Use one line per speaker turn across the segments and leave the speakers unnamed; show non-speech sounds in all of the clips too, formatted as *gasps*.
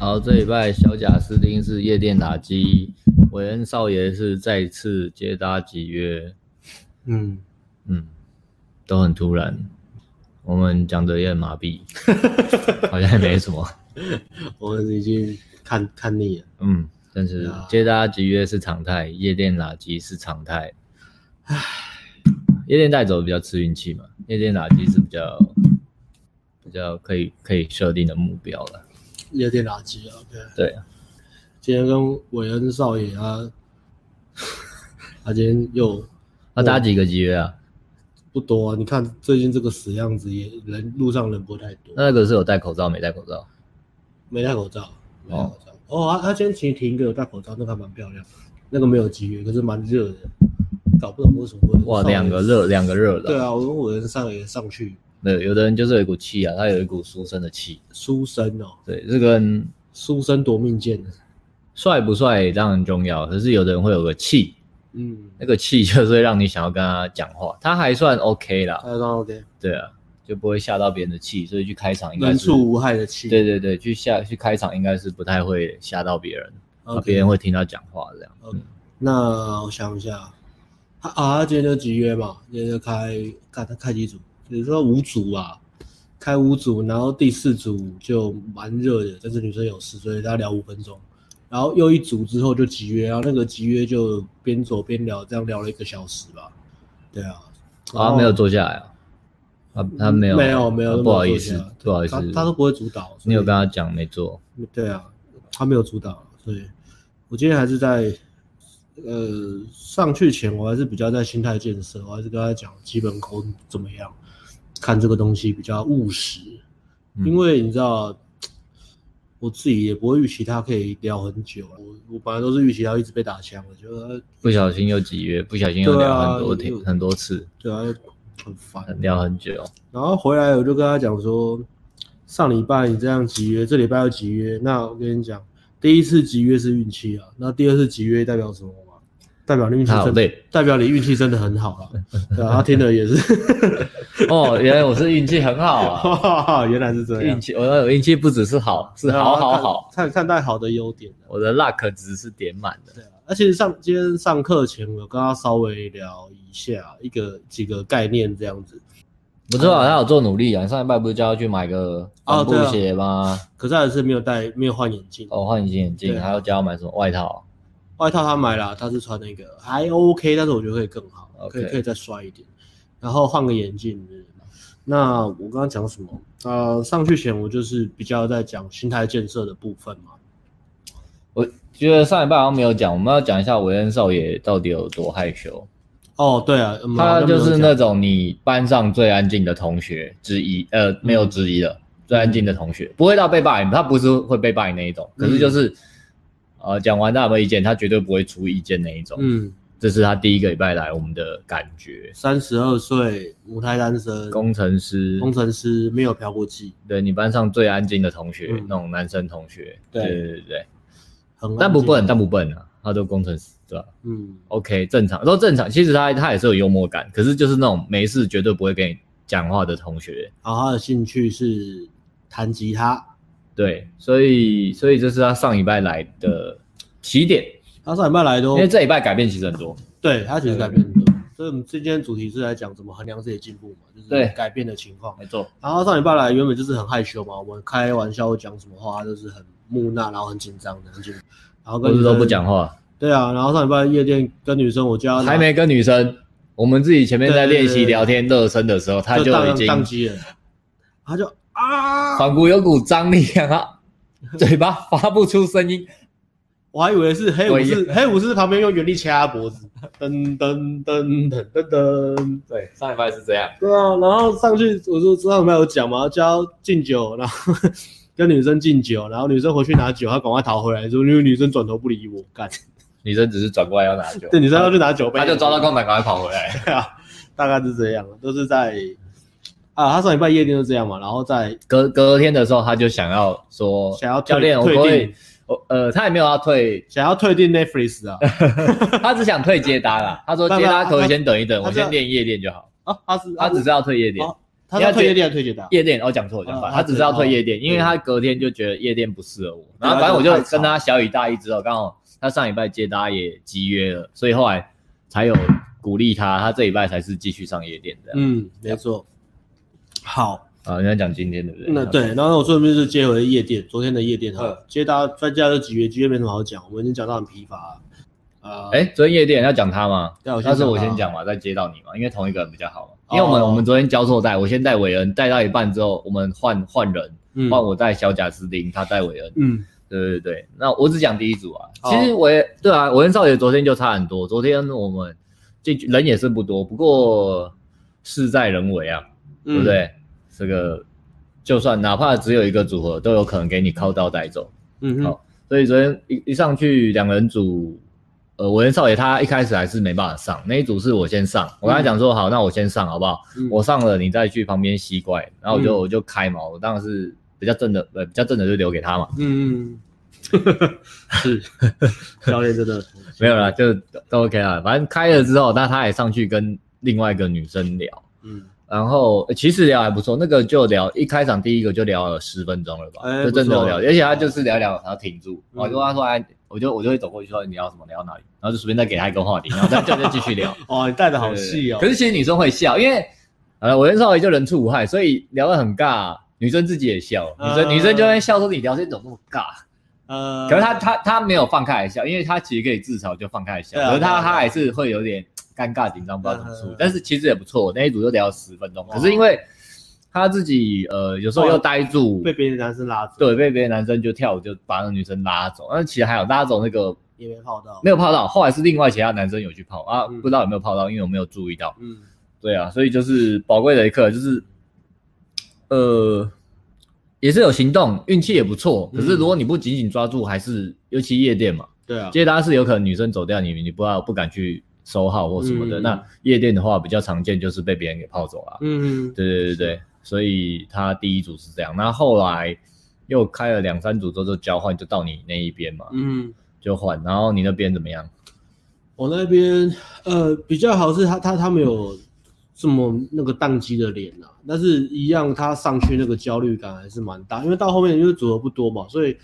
后这礼拜小贾斯汀是夜店打击，韦恩少爷是再次接搭集约，
嗯，
嗯，都很突然，我们讲的也很麻
*laughs*
痹，好像也没什么，
我们已经看看腻了。
嗯，但是
啊
接搭集约是常态，夜店打击是常态，唉，夜店带走比较吃运气嘛，夜店打击是比较比较可以可以设定的目标了，
夜店垃圾啊，OK。
对，
今天跟韦恩少爷啊， *laughs* 他今天又
那搭几个集约啊？
不多啊。你看最近这个死样子也，人路上人不太多，
那那个是有戴口罩没戴口罩？
没戴口罩，没戴口罩。哦，他他今天其实停一个有戴口罩，那个还蛮漂亮。那个没有集约，可是蛮热的，搞不懂为什么韦
哇，
恩少爷
两个。热，两个热的。
对，啊，我跟韦恩少爷上去
没有，有的人就是有一股气啊，他有一股书生的气。
书生哦，
对，这个人
书生夺命剑。
帅不帅当然重要，可是有的人会有个气，
嗯，
那个气就是会让你想要跟他讲话。他还算 OK 啦，
那当 OK，
对啊，就不会吓到别人的气，所以去开场应该
人
是
畜无害的气。
对对对，去吓去开场应该是不太会吓到别人，啊
，OK，
别人会听他讲话这样。
OK 那我想一下，他啊，他今天就集约嘛，今天就开看他开几组，比如说五组啊，开五组，然后第四组就蛮热的，但是女生有事，所以大家聊五分钟，然后又一组之后就集约啊，那个集约就边走边聊，这样聊了一个小时吧，对啊，
啊，没有坐下来啊，啊他没有
没有没有
啊
都没有
不好意
坐
思
下
不好意思
他，他都不会主导，所以
你有跟他讲没做？
对啊，他没有主导，所以我今天还是在呃上去前，我还是比较在心态建设，我还是跟他讲基本功怎么样，看这个东西比较务实，
嗯
因为你知道。我自己也不会预期他可以聊很久啊，我我本来都是预期他一直被打枪的，呃觉得
不小心又几约，不小心又
对
聊
啊
很多天、
又
很多次，
对啊很烦。
聊很久。
然后回来我就跟他讲说，上礼拜你这样集约，这礼拜要集约。那我跟你讲，第一次集约是运气啊，那第二次集约代表什么吗？代表你运气
他好
真的，
累
代表你运气真的很
*laughs*
好了、对啊，他听了也是，
哦，原来我是运气很好啊，
*laughs* 原来是这样
运，气我的运气不只是好，是好好好，
看啊看待好的优点啊
我的 luck 值是点满的。
对啊，而且上今天上课前，我跟他稍微聊一下一个几个概念这样子，
不错啊，他有做努力啊，上一拜不是叫他去买个
嗯
帆
哦
布
对啊
鞋吗？
可是还是没有戴，没有换眼镜。
哦，换隐形眼镜，
对啊
还要叫他买什么外套？
外套他买了，他是穿那个还 OK，但是我觉得可以更好
OK
可以可以再帅一点，然后换个眼镜。那我刚刚讲什么？呃，上去前我就是比较在讲心态建设的部分嘛。
我觉得上一拜好像没有讲，我们要讲一下韦恩少爷到底有多害羞。
哦，对啊，嗯
他就是那
好像没有讲
种你班上最安静的同学之一，呃，没
嗯
有之一了，最安静的同学，不会到被霸凌，他不是会被霸凌那一种，可是就是，
嗯
呃，讲完大家有没有意见，他绝对不会出意见那一种，
嗯，
这是他第一个礼拜来我们的感觉。
三十二岁，母胎单身，
工程师，
工程师，没有嫖过妓，
对你班上最安静的同学，
嗯
那种男生同学，
对
对对对，
很
但不笨，
安静
但不笨啊，他都工程师对吧
嗯，
？OK，正常都正常，其实他他也是有幽默感，可是就是那种没事绝对不会跟你讲话的同学，
然后他的兴趣是弹吉他，
对，所以所以这是他上礼拜来的起点，
他上礼拜来都
因为这礼拜改变其实很多。
对他其实改变很多，所以我们今天的主题是来讲怎么衡量自己的进步嘛，就是
对
改变的情况。
没错，
然后上礼拜来原本就是很害羞嘛，我们开玩笑讲什么话，他就是很木讷，然后很紧张的，很紧，然后
不
跟
是
女
都
生
不。讲话，
对啊，然后上礼拜夜店跟女生，我叫他拿
还没跟女生，我们自己前面在练习聊天热身的时候，他
就
就已
宕
经
宕机了，他就啊，
仿佛有股张力让
*laughs*
他嘴巴发不出声音。
我还以为是黑武
我
士，黑武士旁边用原力掐他脖子，噔噔噔噔噔噔，对。
上礼拜是这样，
对啊，然后上去我就知道有没有讲嘛，教敬酒，然后 *laughs* 跟女生敬酒，然后女生回去拿酒，他赶快逃回来，说因为女生转头不理我，干，
女生只是转过来要拿酒，
对，女生要去拿酒杯，
他就抓到，空档，赶快跑回
*laughs*
来。
啊大概是这样，都是在啊，他上礼拜夜店就这样嘛，然后在
隔隔天的时候，他就想要说，
想要退
教练，我
退
不会
订，
我呃，他也没有要退，
想要退订
*laughs*
Netflix 啊，
他只想退接搭啦。他说
不不
接搭可不可以
他
先等一等，
他
我
这样
先练夜店就好。
啊，他是
他只是要退夜店
哦，他要退夜店还是退捷达？
夜店，哦，讲错，我讲
啊
反，
他
他只是要退夜店，
只
因为他隔天就觉得夜店不适合我，
对
然后反正我就
他就太吵
跟他小雨大意之后，刚好他上礼拜接搭也集约了，所以后来才有鼓励他，他这礼拜才是继续上夜店这样。
嗯，没错。好，
啊，你要讲今天对不对？
那对，然后我顺便就接回夜店，昨天的夜店哈
嗯，
接大家专家的几月几月没什么好讲，我们已经讲到很疲乏啊。
哎，昨天夜店要讲他吗？
对我先
那是我
讲
先
他啊
讲嘛，再接到你嘛，因为同一个人比较好嘛。因为我们、
哦
我们昨天交错带，我先带韦恩，带到一半之后，我们换换人，
嗯
换我带小贾斯汀，他带韦恩。
嗯
对对对，那我只讲第一组啊。
好
其实我也对啊，我跟少爷昨天就差很多。昨天我们进去人也是不多，不过事在人为啊，对不？对？这个就算哪怕只有一个组合，都有可能给你靠到带走。
嗯嗯哼
好所以昨天一一上去两人组，呃，我跟少爷他一开始还是没办法上，那一组是我先上，我跟他讲说、好，那我先上好不好？
嗯
我上了你再去旁边吸怪，然后我就、
嗯
我就开嘛，我当然是比较正的，呃，比较正的就留给他嘛。
嗯
*laughs*
嗯，是教练真的
没有啦，就都 OK 啦。反正开了之后，那他也上去跟另外一个女生聊，
嗯
然后、呃其实聊还不错，那个就聊一开场第一个就聊了十分钟了吧，
哎
就真的有聊，
不错
而且他就是聊一聊，然后停住，
嗯
我就跟他说，哎，我就我就会走过去说你聊什么，聊哪里，然后就随便再给他一个话题，然后再 *laughs* 就就继续聊，
哦，你带的 *laughs* 好细哦。
对对对可是其实女生会笑，因为呃，我跟少爷就人畜无害，所以聊得很尬，女生自己也笑，女生、
嗯
女生就会笑说你聊天怎么那么尬。
呃，
可是他他他没有放开来笑，因为他其实可以自嘲就放开来笑，
对啊
可是
对
他
啊对啊
他还是会有点尴尬紧张，不知道怎么处
嗯嗯
理
嗯。哦
但是其实也不错，那一组就聊了十分钟。
哇
可是因为他自己呃有时候又呆住，
哦被别人男生拉走，
对被别的男生就跳舞就把那个女生拉走，但是其实还有拉走那个
也没泡到。
没有泡到，后来是另外其他男生有去泡啊，
嗯
不知道有没有泡到，因为我没有注意到。
嗯
对啊，所以就是宝贵的一刻，就是呃，也是有行动，运气也不错。可
嗯
是如果你不紧紧抓住，还是尤其夜店嘛。
对啊，
接单是有可能女生走掉你，你不要不敢去收号或什么的。
嗯
那夜店的话，比较常见就是被别人给泡走了。
嗯，
对对对对，所以他第一组是这样，那后来又开了两三组之后就交换，就到你那一边嘛，
嗯，
就换。然后你那边怎么样？
我那边呃比较好是他他他没有这么那个宕机的脸啊，但是一样他上去那个焦虑感还是蛮大，因为到后面因为组合不多嘛，所以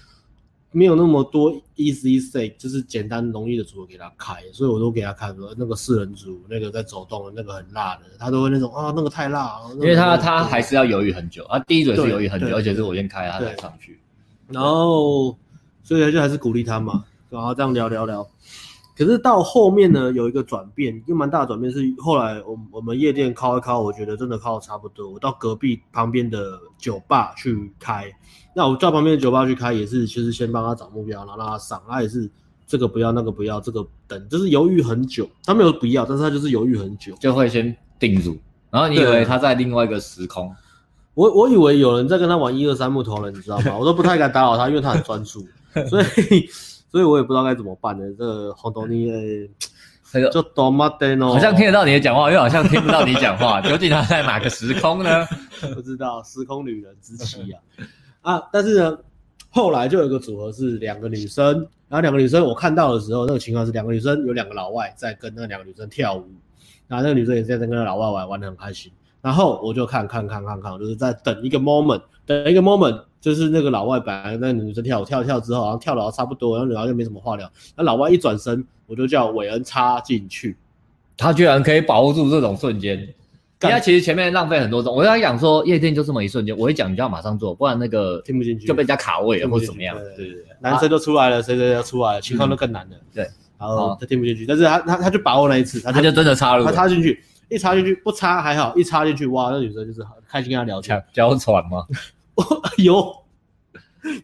没有那么多 easy say，就是简单容易的组合给他开，所以我都给他开个那个四人组，那个在走动的那个很辣的，他都会那种啊那个太辣，啊那个
因为他
那个
他还是要犹豫很久，他第一组也是
对
犹豫很
对
久，而且是我先开他才
对
上去。
然后所以就还是鼓励他嘛，然后这样聊聊聊。可是到后面呢，有一个转变，一个蛮大的转变是，后来我我们夜店靠一靠，我觉得真的靠的差不多。我到隔壁旁边的酒吧去开，那我到旁边的酒吧去开也是，其实先帮他找目标，然后让他上，他也是这个不要那个不要，这个等，就是犹豫很久。他没有不要，但是他就是犹豫很久。
就会先定住，然后你以为
对
他在另外一个时空，
我我以为有人在跟他玩一二三木头人，你知道
*laughs*
吗？我都不太敢打扰他，因为他很专注，所以 *laughs* 所以我也不知道该怎么办呢。这个红豆泥哎
那个
就多马登哦，
好像听得到你的讲话，又好像听不到你讲话， *laughs* 究竟他在哪个时空呢？
不知道时空旅人之妻啊啊！但是呢，后来就有一个组合是两个女生，然后两个女生我看到的时候，那个情况是两个女生有两个老外在跟那两个女生跳舞，然后那个女生也在跟那个老外玩，玩的很开心。然后我就看看看看看，我就是在等一个 moment，等一个 moment，就是那个老外本来那个女生跳舞跳一跳之后，好像跳的差不多，然后然后就没什么话聊。那老外一转身，我就叫韦恩插进去，
他居然可以把握住这种瞬间。人
干
家其实前面浪费很多钟，我要讲说夜店就这么一瞬间，我一讲你就要马上做，不然那个
听不进去
就被人家卡位了
听
或
不
者怎
进去
么样。
对
对对对，
男生都出来了，谁谁谁都出来了，情况都更难了。
对，
然
好
后他听不进去，但是他他他就把握那一次，他
他就真的插入
他
了，
插进去，一插进去不插还好，一插进去哇，那女生就是很开心跟他聊天
抢。娇喘吗？
*laughs* 有，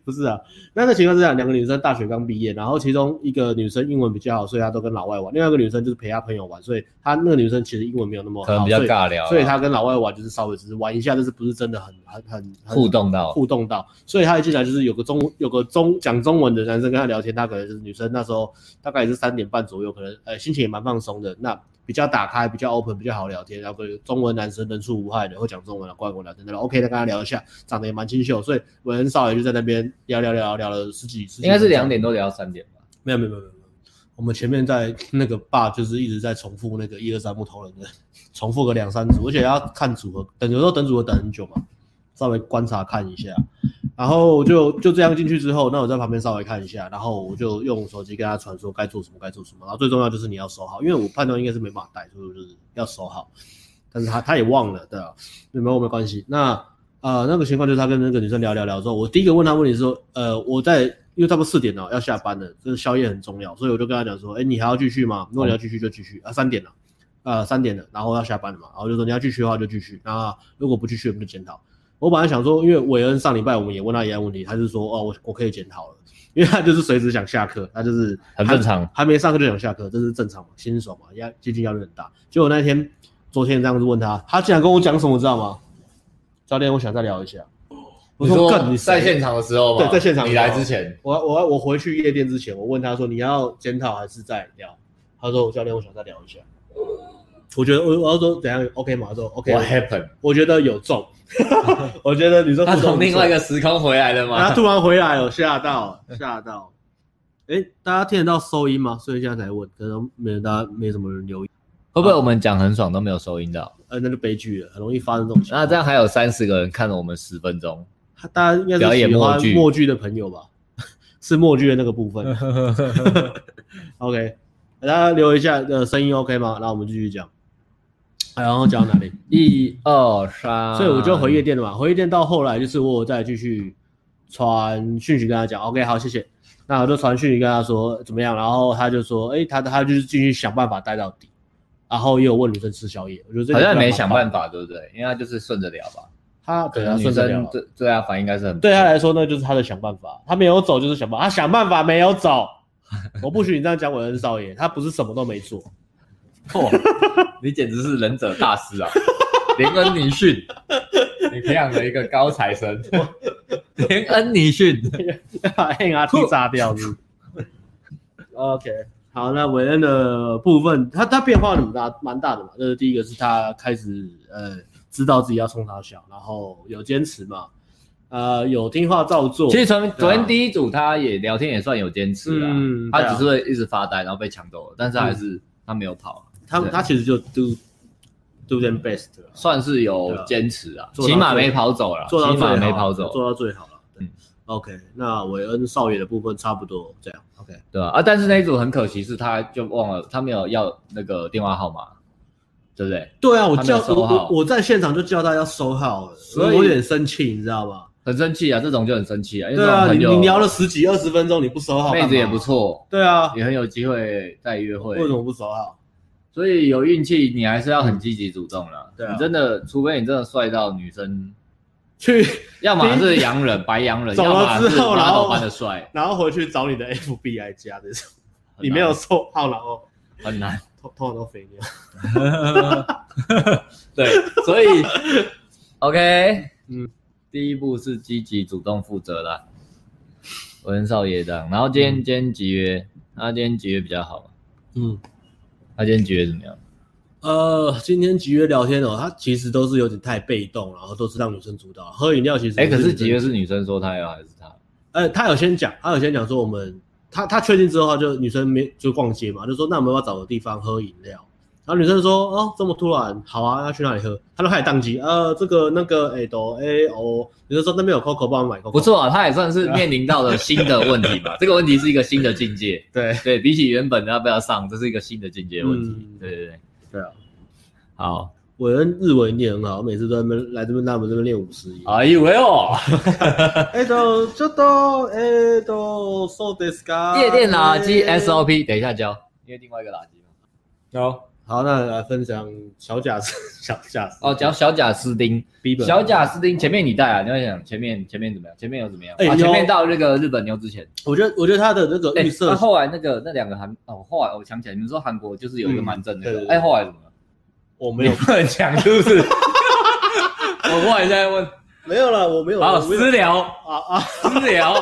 不是啊，那个情况是这样，两个女生大学刚毕业，然后其中一个女生英文比较好，所以她都跟老外玩；，另外一个女生就是陪她朋友玩，所以她那个女生其实英文没有那么好，
可能比较尬聊啊，
所以，所以她跟老外玩就是稍微只是玩一下，但是不是真的很很很很
互动到
互动到，所以他一进来就是有个中有个中讲中文的男生跟他聊天，他可能就是女生那时候大概也是三点半左右，可能呃心情也蛮放松的，那比较打开，比较 open，比较好聊天，然后跟中文男生人畜无害的会讲中文啊的，过来跟我聊天的，OK 再跟他聊一下，长得也蛮清秀，所以我很少也就在那边聊聊聊聊了十几，十几
应该是
分钟
两点多聊到三点吧。
没有没有没有没有，我们前面在那个坝就是一直在重复那个一二三木头人的，重复个两三组，而且要看组合，等有时候等组合等很久嘛，稍微观察看一下，然后就 *laughs* 就这样进去之后，那我在旁边稍微看一下，然后我就用手机跟他传说该做什么该做什么，然后最重要就是你要守好，因为我判断应该是没办法带，所以就是要守好，但是他他也忘了，对啊，没有没关系，那。啊、那个情况就是他跟那个女生聊聊聊之后，我第一个问他问题是说，呃，我在因为差不多四点了，要下班了，就是宵夜很重要，所以我就跟他讲说，哎、你还要继续吗？如果你要继续就继续，啊，三点了，啊，三点了，然后要下班了嘛，然后就说你要继续的话就继续，那如果不继续我们就检讨。我本来想说，因为韦恩上礼拜我们也问他一样问题，他就说，哦，我我可以检讨了，因为他就是随时想下课，他就是
很正常
还没上课就想下课，这是正常嘛，新手嘛，压接近压力很大。结果那天昨天这样子问他，他竟然跟我讲什么，知道吗？教练，我想再聊一下。我说哦干，你谁
在现，场的时候嘛，
对在现场的
你
时候
来之前，
我我我回去夜店之前，我问他说你要检讨还是再聊？他说教练，我想再聊一下。我觉得我我要说怎样 OK 嘛？他说 OK，
What happened？
我觉得有中， *laughs* 我觉得你说
他从另外一个时空回来了
他
吗？
突然回来了，吓到吓到。哎、大家听得到收音吗？所以现在才问，可能没人大家没什么人留意，
会不会我们讲很爽都没有收音到？
呃，那就悲剧了，很容易发生这种情况。
那啊这样还有三十个人看了我们十分
*laughs*
钟，
他大家应该
表
是
演
喜
默
欢
剧
默剧的朋友吧？ *laughs* 是默剧的那个部分。OK，大家留一下呃声音 OK 吗？那我们继续讲。哎然后讲到哪里？ *laughs* 啊
一二三，
所以我就回夜店了嘛。回夜店到后来就是我有再继续传讯息跟他讲，OK，好，谢谢。那我就传讯息跟他说怎么样，然后他就说，哎、他他就是继续想办法待到底，然后也有问女生吃宵夜，我觉得这个
好像没
蛮
想
棒的
办，法，对不对？因为他就是顺着聊吧，
他
可
对他
能女
顺着聊
生
了。
对对他反应应该是很 *laughs*
对他来说，那就是他的想办法。他没有走就是想办法，他想办法没有走。我不许你这样讲，我恩少爷，他不是什么都没做。
错，你简直是忍者大师啊！连恩尼逊，你培养了一个高材生，连恩尼逊，
啊 *laughs* 把 NRT 炸掉是不是 OK，好，那韦恩的部分，他他变化很大，蛮大的嘛。就是第一个是他开始呃知道自己要冲他小，然后有坚持嘛，呃有听话照做。
其实昨天昨天第一组他也聊天也算有坚持啦，
嗯对
他
啊嗯
只是会一直发呆，然后被抢走了，但是还是他没有跑，啊
他
对
他其实就 do do them best 了
算是有
对啊
坚持啊，
做到
起码没跑走了，
做到
起
最好啊
码没跑走，
做到最好了。对
嗯
OK，那韦恩少爷的部分差不多这样。OK，
对吧？啊，但是那一组很可惜是他就忘了，他没有要那个电话号码，对不对？
对啊，我
他没有
叫
收
我
号
我我在现场就叫他要收号了，
所以
我有点生气，你知道吗？
很生气啊，这种就很生气啊，因为
对
这种
啊，
很
你
有
你聊了十几二十分钟，你不收号，
妹子也不。错，
对啊，
也很有机会再约会
为。什么不啊收号？
所以有运气，你还是要很积极主动了。
对啊
你真的，除非你真的帅到女生，
去，
要么是洋人、白洋人，
走了
要么
之
是
后然
马
后
老般的帅，
然后回去找你的 *laughs* FBI 加的时候，
很难
你没有收号，然后
很
*laughs*
难。
通通常都肥掉。
对，所以 OK，
嗯
嗯，第一步是积极主动负责啦。文少爷这样，然后今天今天集约，他今天集约比较好嘛，
嗯，
他今天集约怎么样？
呃，今天集约聊天哦，他其实都是有点太被动，然后都是让女生主导。喝饮料其实
哎，可是集
约。
约是女生说他要还是他？
呃，他有先讲，他有先讲说我们他他确定之后，他就女生没就逛街嘛，就说那我们要不要找个地方喝饮料。然后女生说哦这么突然，好啊，要去哪里喝？他就开始宕机，呃这个那个哎都哎哦，女生说那边有 Coco，帮我买 Coco。
不，错啊，他也算是面临到了新的问题 *laughs* 吧。这个问题是一个新的境界，
对
对比起原本的要不要上，这是一个新的境界问题。
嗯
对对对，
对啊，
好，
我人日文念很好，每次都在那边来这边来我们这边练五十音。
哎呦喂哦，
哎都这都哎都 so this guy
夜店啊垃圾 SOP，等一下教，哎因为另外一个垃圾嘛。有
好，那来分享小贾斯 *laughs* 小贾斯
哦，讲小贾斯汀，
Bieber
小贾斯汀前面你带啊，你要想前面前面怎么样？前面有怎么样？
哎
啊，
有
前面到那个日本妞之前，
我觉得我觉得他的那个
哎
预，设
那后来那个那两个韩哦，后来我想起来，你们说韩国就是有一个蛮正那
嗯对对
个，
对
哎，后来怎么了？ *laughs*
我没
你
有
不能讲是不是？ *laughs* 我后来在问，
没有了，我没
*laughs*
有。
好，
我没有
私聊。
啊啊！
私聊。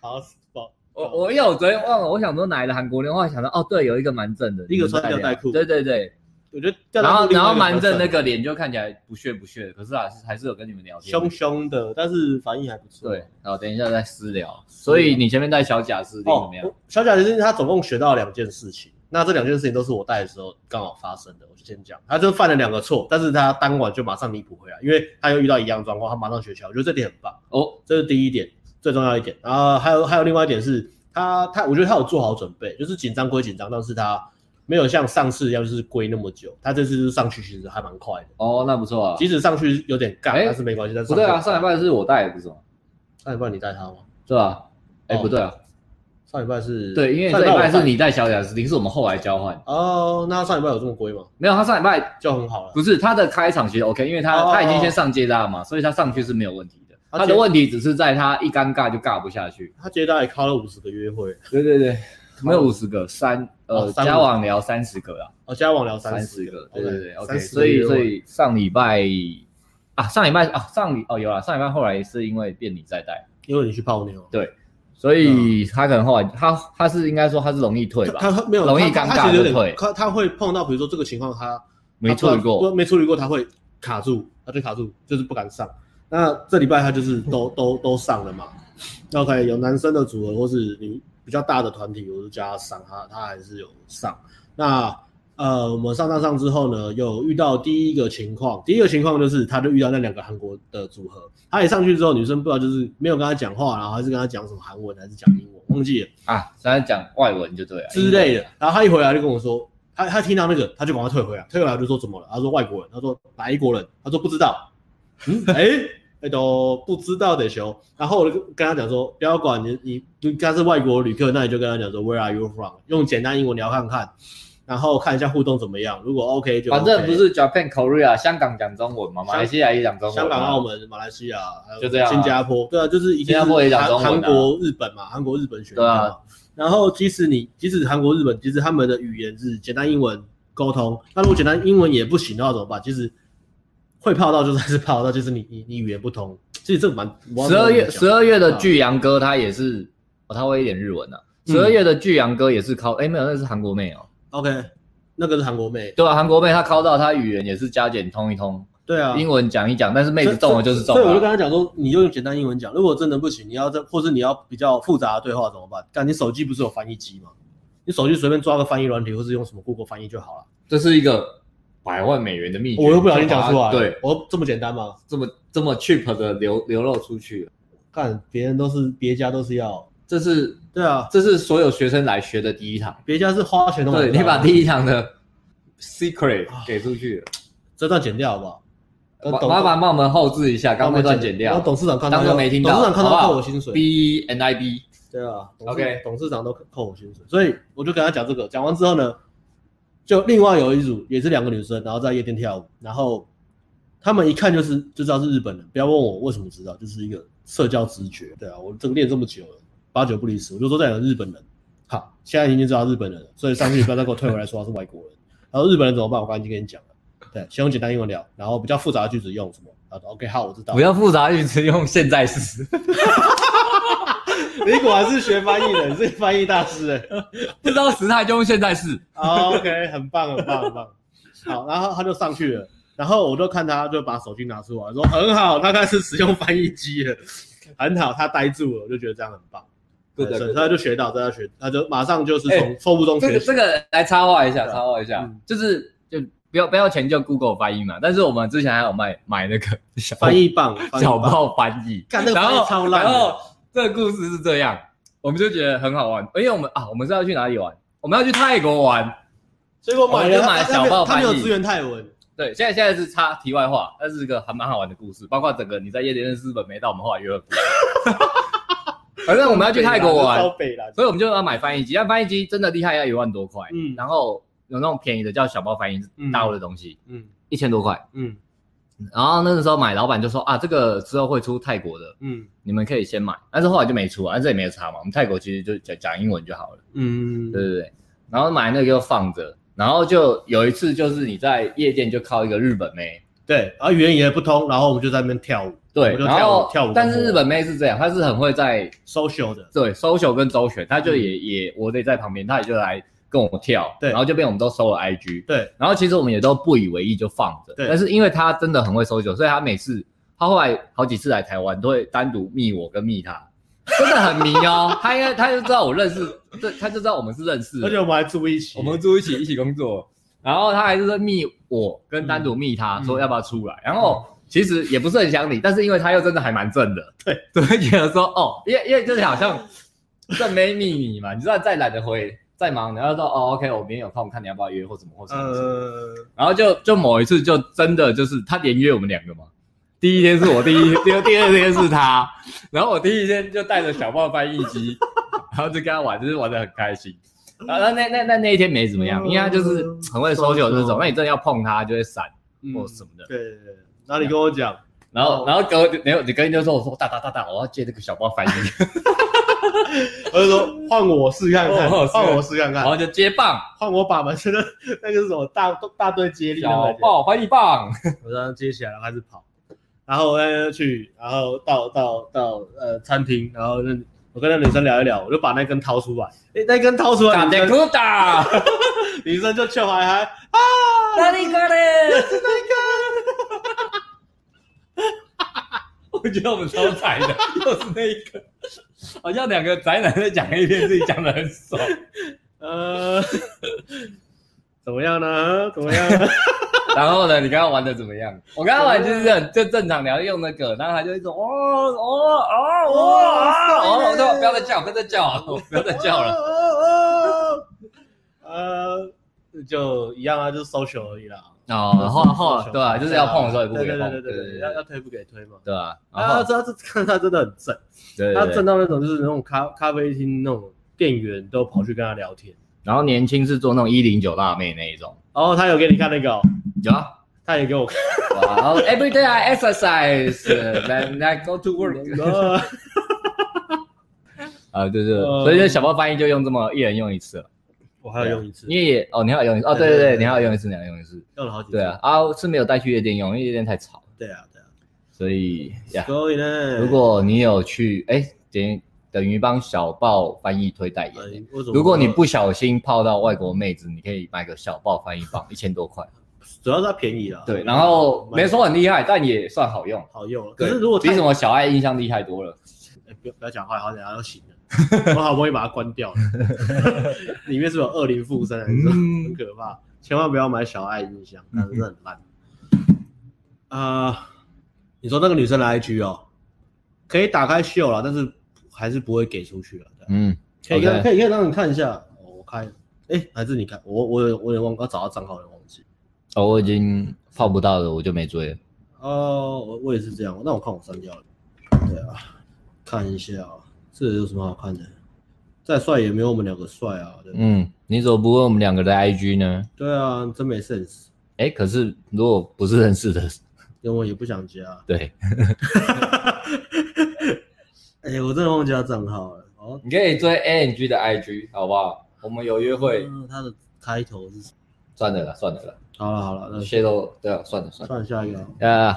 好，宝，
*laughs* 我我因为我昨天忘了，我想说哪来的韩国妞，后来想到哦，对，有一个蛮正的，
一个穿吊带裤
对对对，
我觉得掉
然
到
后
另
然
外
后
一
蛮
比较
正那
爽
个脸就看起来不屑不屑的，可是还是还是有跟你们聊天。
凶凶的，但是反应还不错。
对，然后等一下再私聊。所以你前面带小贾是怎
哦
么样？，
小贾其实他总共学到两件事情，那这两件事情都是我带的时候刚好发生的，我就先讲，他就犯了两个错，但是他当晚就马上弥补回来，因为他又遇到一样状况，他马上学起来，我觉得这点很棒，
哦，
这是第一点，最重要一点。然后还有还有另外一点是他他，我觉得他有做好准备，就是紧张归紧张，但是他没有像上次要就是归那么久，他这次就是上去其实还蛮快的，
哦，那不错啊。
即使上去有点尬，
哎
但是没关系，但是
不对啊，
去
上礼拜是我带的不是吗？
上礼拜你带他吗？
对吧？哎，
哦
不对啊，
上礼拜是
对，因为
上
这礼
我
拜是
带
你带小贾斯汀，是我们后来交换。
哦，那上礼拜有这么归吗？
没有，他上礼拜
就很好了。
不是他的开场其实 OK，因为他
哦啊
他已经先上接搭嘛，所以他上去是没有问题的。
而
他
且
的问题只是在他一尴尬就尬不下去。
他接待也靠了五十个约会，
对对对，没有五十个，三呃
哦三
加网聊三十个啦，
哦，加网聊三
三
十哦
十个，对对对，OK。
三十
所
个
以
约
所
会。
以上礼拜啊，上礼拜啊，上礼哦有啦，上礼拜后来是因为变你在带，
因为你去泡妞，
所以他可能后来他他是应该说他是容易退吧，
嗯他他没有
容易
他
尴
他他
尬
其实有
就退
点，他他会碰到比如说这个情况，他
没
他
处
啊不
理
知道
过。
不没处理过，他会卡住，他就卡住，就是不敢上。那这礼拜他就是
*laughs*
都都都上了嘛，OK，有男生的组合或是你比较大的团体，我就叫他上，他他还是有上。那呃，我们上上上之后呢，有遇到第一个情况，第一个情况就是他就遇到那两个韩国的组合，他一上去之后，女生不知道就是没有跟他讲话，然后还是跟他讲什么韩文还是讲英文，忘记了。
啊，虽然讲外文就对了
之类的。然后他一回来就跟我说，他他听到那个，他就赶快退回来，退回来就说怎么了？他说外国人，他说哪一国人？他说不知道。嗯，
*laughs*
哎、哎都不知道的熊。然后我就跟他讲说，不要管你，你你他是外国旅客，那你就跟他讲说 Where are you from？用简单英文聊看看，然后看一下互动怎么样。如果 OK 就 OK、
反正不是 Japan、Korea、香港讲中文嘛，
香
马来西亚也讲中文嘛，
香港、澳门、马来西亚，还有
就这样啊
新加坡，对啊，就是一定
新加
是
坡也讲
韩
中文啊
韩国、日本嘛，韩国、日本选
对啊
嘛。然后即使你即使韩国、日本，即使他们的语言是简单英文沟通，那如果简单英文也不行的话怎么办？其实会泡到就是还是泡到，就是你你你语言不通，其实这个蛮
十二月十
二
二月的巨阳哥他也是，哦，他会一点日文呐、啊。
嗯
十二月的巨阳哥也是靠，哎、没有，那是韩国妹哦。
OK，那个是韩国妹，
对啊，韩国妹她靠到她语言也是加减通一通，
对啊，
英文讲一讲，但是妹子中了就是中
所以我
了、
就
啊
跟他讲说，你就用简单英文讲，如果真的不行，你要这或是你要比较复杂的对话怎么办？但你手机不是有翻译机吗？你手机随便抓个翻译软体，或是用什么 Google 翻译就好了。
这是一个百万美元的秘诀，
我又不小心讲出来，
对，，
我这么简单吗？
这么这么 cheap 的流流露出去了，
看别人都是别家都是要，
这是
对啊，
这是所有学生来学的第一堂，
别家是花钱的嘛。
对你把第一堂的 secret
啊
给出去了。
这段剪掉好不好？跟董
麻烦帮我们后置一下，刚刚那段剪掉
然后。董事长看到
当做没听到，
董事长看
好不
到
好
扣我薪水。
B E N I B，
对啊董事
OK
董事长都扣我薪水，所以我就跟他讲这个。讲完之后呢，就另外有一组也是两个女生，然后在夜店跳舞，然后他们一看就是就知道是日本人，不要问我为什么知道，就是一个社交直觉。对啊，我这个练这么久了，八九不离十，我就说这两个日本人。好，现在已经知道日本人了，所以上去不要再给我退回来说他是外国人。然后日本人怎么办？我刚刚已经跟你讲了，对，先用简单英文聊，然后比较复杂的句子用什么？啊，OK，好，我知道。
不要复杂语词用现在时，
你果然是学翻译的，你是翻译大师哎、
不知道时态就用现在式。
好 OK，很棒，很棒，很棒。好，然后他就上去了，然后我就看他就把手机拿出来，说很好，他开始使用翻译
*laughs*
机了，很好，他呆住了，我就觉得这样很棒。
Good，
对所以
good
他就学到，他就学，他就马上就是从错误中
这
学
个
习。
这个来插话一下，
对啊
插话一下
嗯，
就是就不要不要钱就 Google 翻译嘛。但是我们之前还有卖买那个小
翻译棒，翻译
小
棒，
报翻译，
干那个
然
翻译
后
超烂的
然后这个故事是这样，我们就觉得很好玩，因为我们啊，我们是要去哪里玩？我们要去泰国玩。
所以我买
我
了，
就买
哦他他没
小报
有他没有
翻译
资源泰文，
对，现在现在是插题外话，但是一个还蛮好玩的故事，包括整个你在夜店认识日本没到，我们后来约了。 *laughs* 反正我们要去泰国玩
超，北啦，
所以我们就要买翻译机。但翻译机真的厉害，要一万多块。
嗯
然后有那种便宜的叫小包翻译，是大陆的东西，
嗯
一千多块。
嗯
然后那个时候买，老板就说啊，这个之后会出泰国的，
嗯
你们可以先买。但是后来就没出啊，但是也没有差嘛。我们泰国其实就讲讲英文就好了。
嗯
对对对，然后买那个就放着，然后就有一次就是你在夜店就靠一个日本妹，
对，然后语言也不通，然后我们就在那边跳舞
对，
我就
然
跳舞
后
跳舞
但是日本妹是这样，她是很会在
，social 的，
对 social 跟周旋，她就也也我得在旁边，她也就来跟我跳，
嗯对
然后就被我们都收了 IG，
对，
然后其实我们也都不以为意就放着，
对
但是因为他真的很会搜酒，所以他每次他后来好几次来台湾都会单独密我跟密他，真的很迷哦， *laughs* 他应该他就知道我认识，这他就知道我们是认识的，
而且我们还住一起，
我们住一起一起工作，然后他还是在密我跟单独密他、
嗯
说要不要出来，然后其实也不是很想理，但是因为他又真的还蛮正的， *laughs* 对，就会觉得说哦，因为因为就是好像正没密你嘛，你知道再懒得回再忙，然后说哦 OK 我明天有空，看你要不要约或什么或什么，
呃，
然后就就某一次就真的就是他连约我们两个嘛。第一天是我第一， *laughs* 第二第二天是他，然后我第一天就带着小报翻译机， *laughs* 然后就跟他玩，就是玩的很开心。然后那那那那一天没怎么样，因为他就是很会搜球这种，那你真的要碰他就会闪
嗯
或什么的。
对对对，然后你跟我讲， *laughs*
然后然后隔然后你跟人就说我说大大大大，我要借这个小报翻译，
我就说换我试看
*laughs*
看，
哦是
换我试看
然
看，
后就接棒
换我把门，真 *laughs* 的那个是什么大大队接力那
小
个，
报翻译棒，
我让他接起来，然后开始跑，然后我带他去，然后到到到呃餐厅，然后那我跟那女生聊一聊，我就把那根掏出来，诶，那根掏出来，
打
女
得
生
鼓打，
女生就笑还还
哪里过来？
是那
我觉得我们超宅的，又是那一个，好像两个宅男在讲 A 片，自己讲的很爽。
根，呃， *laughs* 怎么样呢？啊怎么样？
然后呢，你刚刚玩的怎么样？我刚刚玩就是很就正常聊，用那个，然后他就一种哦哦哦哦啊哦，我说不要再叫，不要再叫，不要再叫
*laughs*
了。
了，呃，就一样啊，就是 social 而已啦。
哦，后后对啊，就是要碰的时候也不可以
对
碰，
对对对对，要
对
要推不给推嘛。
对啊，然
啊，
后
他这 *laughs* 看他真的很正，
对
他
对
正
对，
到那种就是那种咖咖啡厅那种店员都跑去跟他聊天。
然后年轻是做那种一零九辣妹那一种，
然后他有给你看那个哦，
有啊。
他也给我看。 *laughs*
哇然后 every day I exercise, then I go to work. 啊，对对，对
呃
所以就小包翻译就用这么一人用一次了。
我还要用一次，
你也哦，你要用一次哦，对对
对对
对，
对
你要用一次，你要用一次。
用了好几次。
对啊，，啊是没有带去夜店用，因为夜店太吵，
对啊，对啊。
所以呀，
所以呢，
如果你有去，哎，等等于帮小报翻译推代言
呃
欸。
为什么
如果你不小心泡到外国妹子，你可以买个小报翻译棒，一千多块。
主要是它便宜啦，
对，然后没说很厉害，但也算好用。
好用了。可
对
是如果
比
太
什么小爱印象厉害多了。
哎不要不要讲话，好，等下要醒了。 *laughs* 我好不容易把它关掉了，里面是不是有恶灵附身还是什么
嗯
很可怕，千万不要买小爱音箱，那真的很烂。啊、你说那个女生的 IG 哦，可以打开秀了，但是还是不会给出去了。对啊
嗯，
可以让
OK
可以可以让你看一下，哦我开，哎、还是你看，我我有我有点忘，我找到账号有点忘记。
哦，我已经泡不到了，我就没追了。
哦，我我也是这样，那我看我删掉了。对啊，看一下、啊，这有什么好看的？再帅也没有我们两个帅啊。对,、
嗯，你怎么不问我们两个的 IG 呢？
对啊，真没 sense，
哎，可是如果不是认识的，
因为我也不想加。
对，
哎、我真的忘记他账号了。哦，
你可以追 ANG 的 IG 好不好？我们有约会，
嗯他的开头是什么？
算了啦，算了啦，
好了好了，那
泄露对啊，算了算了，
算下一个啊，
呃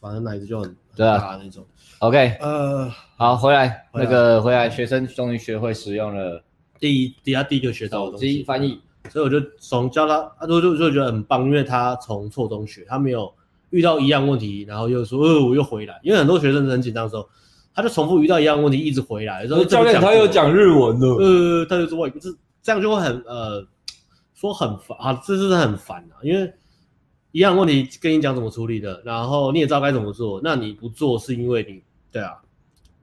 反正奶子就很
对啊
很大那种。
，OK，
呃，
好，回来那
回来
个回来，学生终于学会使用了
第一，第一他第一个学到的
手
东
机
西，
翻译，
所以我就从教他，他就就就觉得很棒，因为他从错中学，他没有遇到一样问题，然后又说，呃，我又回来，因为很多学生很紧张的时候，他就重复遇到一样问题，一直回来，然后这么过，
日文了，
呃，他就说外国，就是这样就会很呃，说很烦啊，这是很烦啊，因为一样问题跟你讲怎么处理的，然后你也知道该怎么做，那你不做是因为你对啊，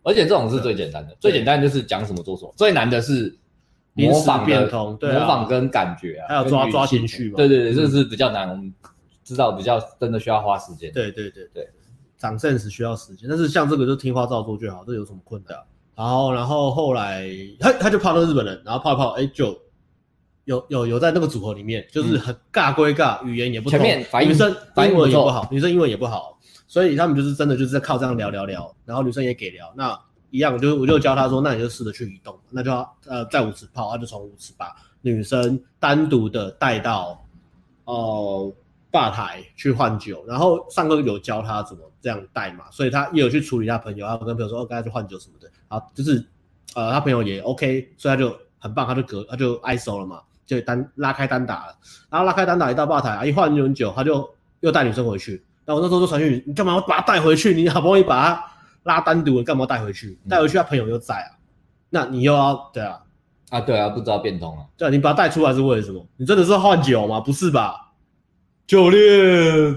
而且这种是最简单的，最简单就是讲什么做什么，最难的是
临
模
时
仿
变
的
通，对啊，
模仿跟感觉啊，
还有
跟
抓
语
抓
气
情绪嘛嗯
对对对，这是比较难，我们知道比较真的需要花时间，
对对对
对，
长 sense 需要时间，但是像这个就听话照做就好，这有什么困
啊
难？然后，然后后来他他就泡那个日本人，然后泡一泡，哎，就有有有在那个组合里面，就是很尬归尬，语言也不
嗯
通，
前面反应
女生
反应
英文也
不
不
错
好，女生英文也不好，所以他们就是真的就是在靠这样聊聊聊，然后女生也给聊，那一样就是我就教他说，那你就试着去移动，那就要呃在五尺泡，他就从五尺把女生单独的带到哦、吧台去换酒，然后上课有教他怎么这样带嘛，所以他也有去处理他朋友，他跟朋友说哦，跟他去换酒什么的，然后就是呃他朋友也 OK，所以他就很棒，他就隔他就 ISO 了嘛，就单拉开单打了，然后拉开单打一到吧台啊，一换很久，他就又带女生回去。那我那时候就传讯，你干嘛要把他带回去？你好不容易把他拉单独了，干嘛要带回去？带回去他朋友又在啊， *laughs* 那你又要对啊，
啊，对啊，不知道变通了。
对啊，你把他带出来是为了什么？你真的是换酒吗？不是吧？教练，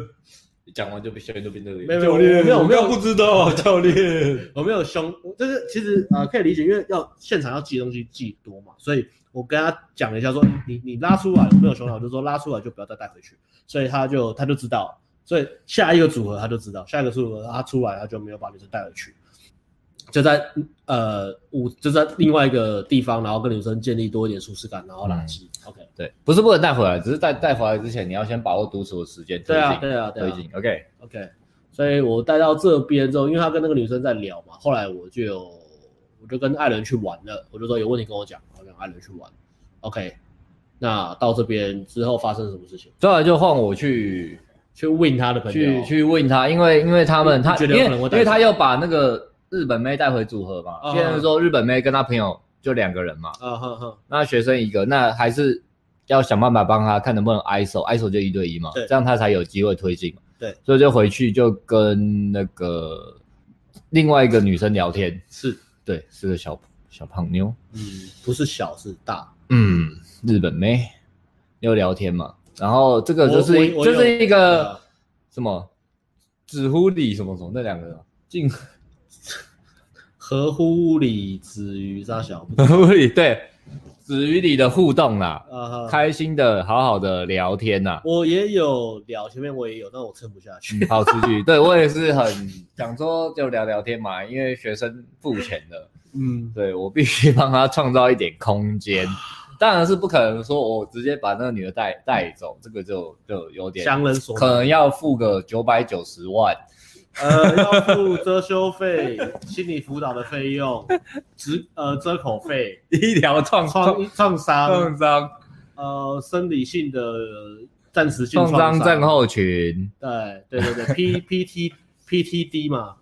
讲完就被小云都变这个
没有没有没有没有
知
*laughs*
道，啊教练。
我没有凶，就是其实呃可以理解，因为要现场要记的东西记多嘛，所以我跟他讲了一下说，你你拉出来我没有凶他，我就说拉出来就不要再带回去，所以他就他就知道，所以下一个组合他就知道，下一个组合他出来他就没有把女生带回去，就在呃五就在另外一个地方，然后跟女生建立多一点舒适感，然后垃
嗯
圾、OK，
对，不是不能带回来，只是在带回来之前，你要先把握独处的时间。
对啊
推进
对啊对啊
推进。OK，
OK，所以我带到这边之后，因为他跟那个女生在聊嘛，后来我就有我就跟艾伦去玩了，我就说有问题跟我讲，我跟艾伦去玩。OK，那到这边之后发生了什么事情？
再来就换我去
去问他的朋友，
去去问他，因为因为他们
你
他
觉
因
得
为
有可能会
因
带
为他又把那个日本妹带回组合嘛，
嗯
现在说日本妹跟他朋友就两个人嘛，
啊哼哼，
那学生一个，那还是要想办法帮他看能不能 ISO，ISO 就一对一嘛，
对
这样他才有机会推进嘛。
对，
所以就回去就跟那个另外一个女生聊天，
是，
对，是个小小胖妞，
嗯，不是小是大，
嗯，日本妹，又聊天嘛。然后这个就是
我我我
就
有
是一个
呃
什么纸糊里什么什么那两个人 *laughs* 进
合乎理子于沙小，
纸糊里对纸鱼里的互动啦，
啊哈，
开心的好好的聊天啊呐、
我也有聊，前面我也有，但我撑不下去
嗯，。好吃剧，对我也是很想说就聊聊天嘛，因为学生付钱的，
嗯，
对我必须帮他创造一点空间。当然是不可能说我直接把那个女的带带走，这个就就有点
强人所
可
难。
能要付个九百九十万，
呃，要付遮羞费、心理辅导的费用、止呃遮口费、
医疗创
创创伤、
创伤
呃生理性的暂时性
创伤
伤
症，候群，
对对对对，P P T P T D 嘛，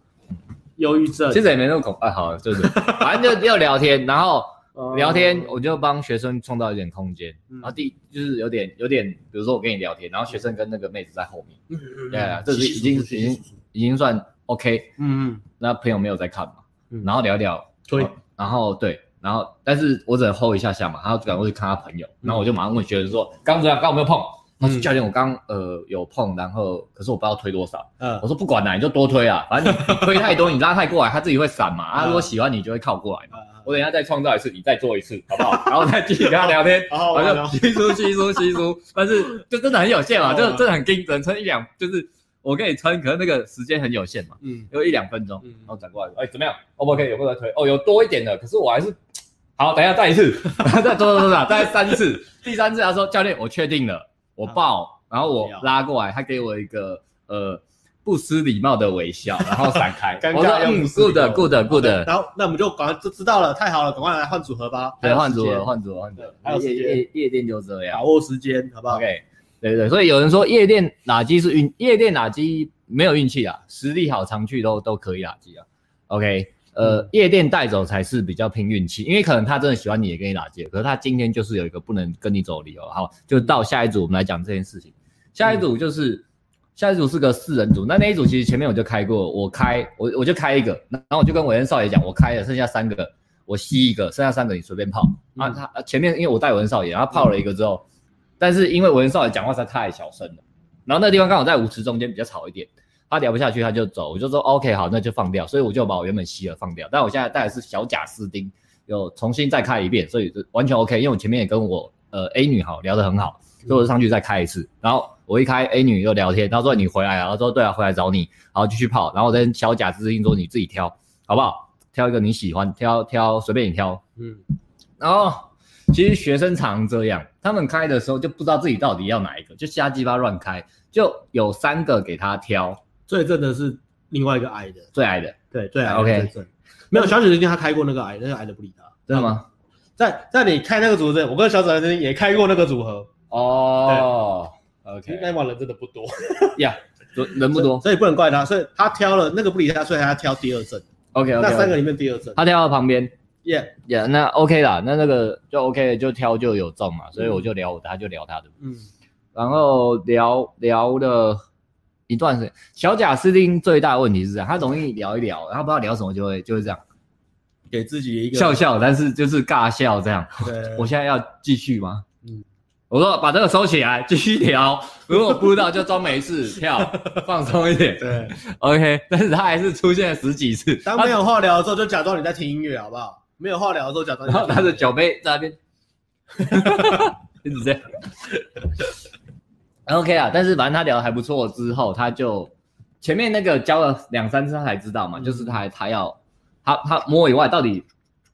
忧郁症。
其实也没那么恐啊，好，就是反正就又聊天，然后
呃
聊天我就帮学生创造一点空间，
嗯
然后第就是有点有点，比如说我跟你聊天，然后学生跟那个妹子在后面。
嗯嗯嗯
对啊，这是已经已经已经算 OK。
嗯嗯
那朋友没有在看嘛，
嗯
然后聊聊，
推
好然后对，然后但是我只能 hold 一下下嘛，然后赶过去看他朋友，然后我就马上问学生说，刚怎样，刚有没有碰？他说
嗯
教练，我刚呃有碰，然后可是我不知道推多少。
呃
我说不管啦，你就多推啊，反正你你推太多，你拉太过来，他自己会闪嘛。啊，
嗯
如果喜欢你就会靠过来嘛。
呃
我等一下再创造一次，你再做一次，好不
*laughs*
好？然后再继续跟他聊天，
好哦
好
好
像
像
稀疏稀疏稀疏，但是就真的很有限嘛，
哦
就真的很盯，只能撑一两，就是我跟你撑，可能那个时间很有限嘛，
嗯
有一两分钟，
嗯，
然后转过来说，哎、怎么样？O 不 OK？有没有在推？哦，有多一点的，可是我还是。好，等一下再一次，再多多多少，再三次，第三次他说教练，我确定了，我抱，然后我拉过来，他给我一个呃不失礼貌的微笑，然后闪开
尴尬
我说
又
嗯
不失礼貌
，good good good，
然后那我们就赶快就知道了，太好了，赶快来换组合吧。
对，换
时
组
间
了，换组了，换组了
对还有，时
夜
间
夜夜店就这样
把。握时间，好不好？
OK，对对，所以有人说夜店打击是运，夜店打击没有运气啊，实力好常去都都可以打击啊。OK，呃，
嗯
夜店带走才是比较拼运气，因为可能他真的喜欢你也跟你打击，可是他今天就是有一个不能跟你走的理由。好，就到下一组我们来讲这件事情。下一组就是、下一组是个四人组，那那一组其实前面我就开过，我开我我就开一个，然后我就跟伟恩少爷讲，我开了，剩下三个我吸一个，剩下三个你随便泡。
嗯
啊，他啊前面因为我带伟恩少爷，然后泡了一个之后，但是因为伟恩少爷讲话实在太小声了，然后那地方刚好在舞池中间比较吵一点，他聊不下去他就走，我就说 OK 好，那就放掉，所以我就把我原本吸了放掉，但我现在带的是小贾斯汀，有重新再开一遍，所以就完全 OK，因为我前面也跟我呃 A 女好聊得很好，所以我就上去再开一次，然后我一开 A 女又聊天，她说你回来啊，她说对啊，回来找你，然后继续泡，然后我跟小贾斯汀说你自己挑好不好？挑一个你喜欢，挑挑随便你挑，
嗯，
然后其实学生常常这样，他们开的时候就不知道自己到底要哪一个，就瞎鸡巴乱开，就有三个给他挑
最正的是另外一个矮的，
最爱的，
对对矮的
OK
最正。没有小紫曾经他开过那个矮，那个矮的不理他，
真的？吗？
在在你开那个组合之前，我跟小紫曾经也开过那个组合，
哦
其实
，OK
那帮人真的不多，
呀，人不多
所以所以不能怪他，所以他挑了那个不理他，所以他挑第二阵，
，OK OK，
那三个里面第二阵
他挑到旁边，
耶，
也、那 OK 啦，那那个就 OK，就挑就有中嘛，所以我就聊我的，他就聊他的，
嗯，
然后聊聊了一段时间。小贾斯汀最大的问题是这样，他容易聊一聊，然后不知道聊什么就会就会这样
给自己一个
笑，笑，但是就是尬笑这样。
对，
我现在要继续吗？
嗯
我说把这个收起来，继续聊。如果不知道就装没事，跳放松一
*laughs*
点。
对，
OK，但是他还是出现了十几次。
当没有话聊的时候，就假装你在听音乐，好不好？没有话聊的时候，假装你
然
在
后 *laughs* 拿
听音乐
着酒杯在那边， *laughs* 一直这样。OK 啊，但是反正他聊的还不错，之后他就前面那个教了两三次他才知道嘛，就是他他要他他摸以外到底，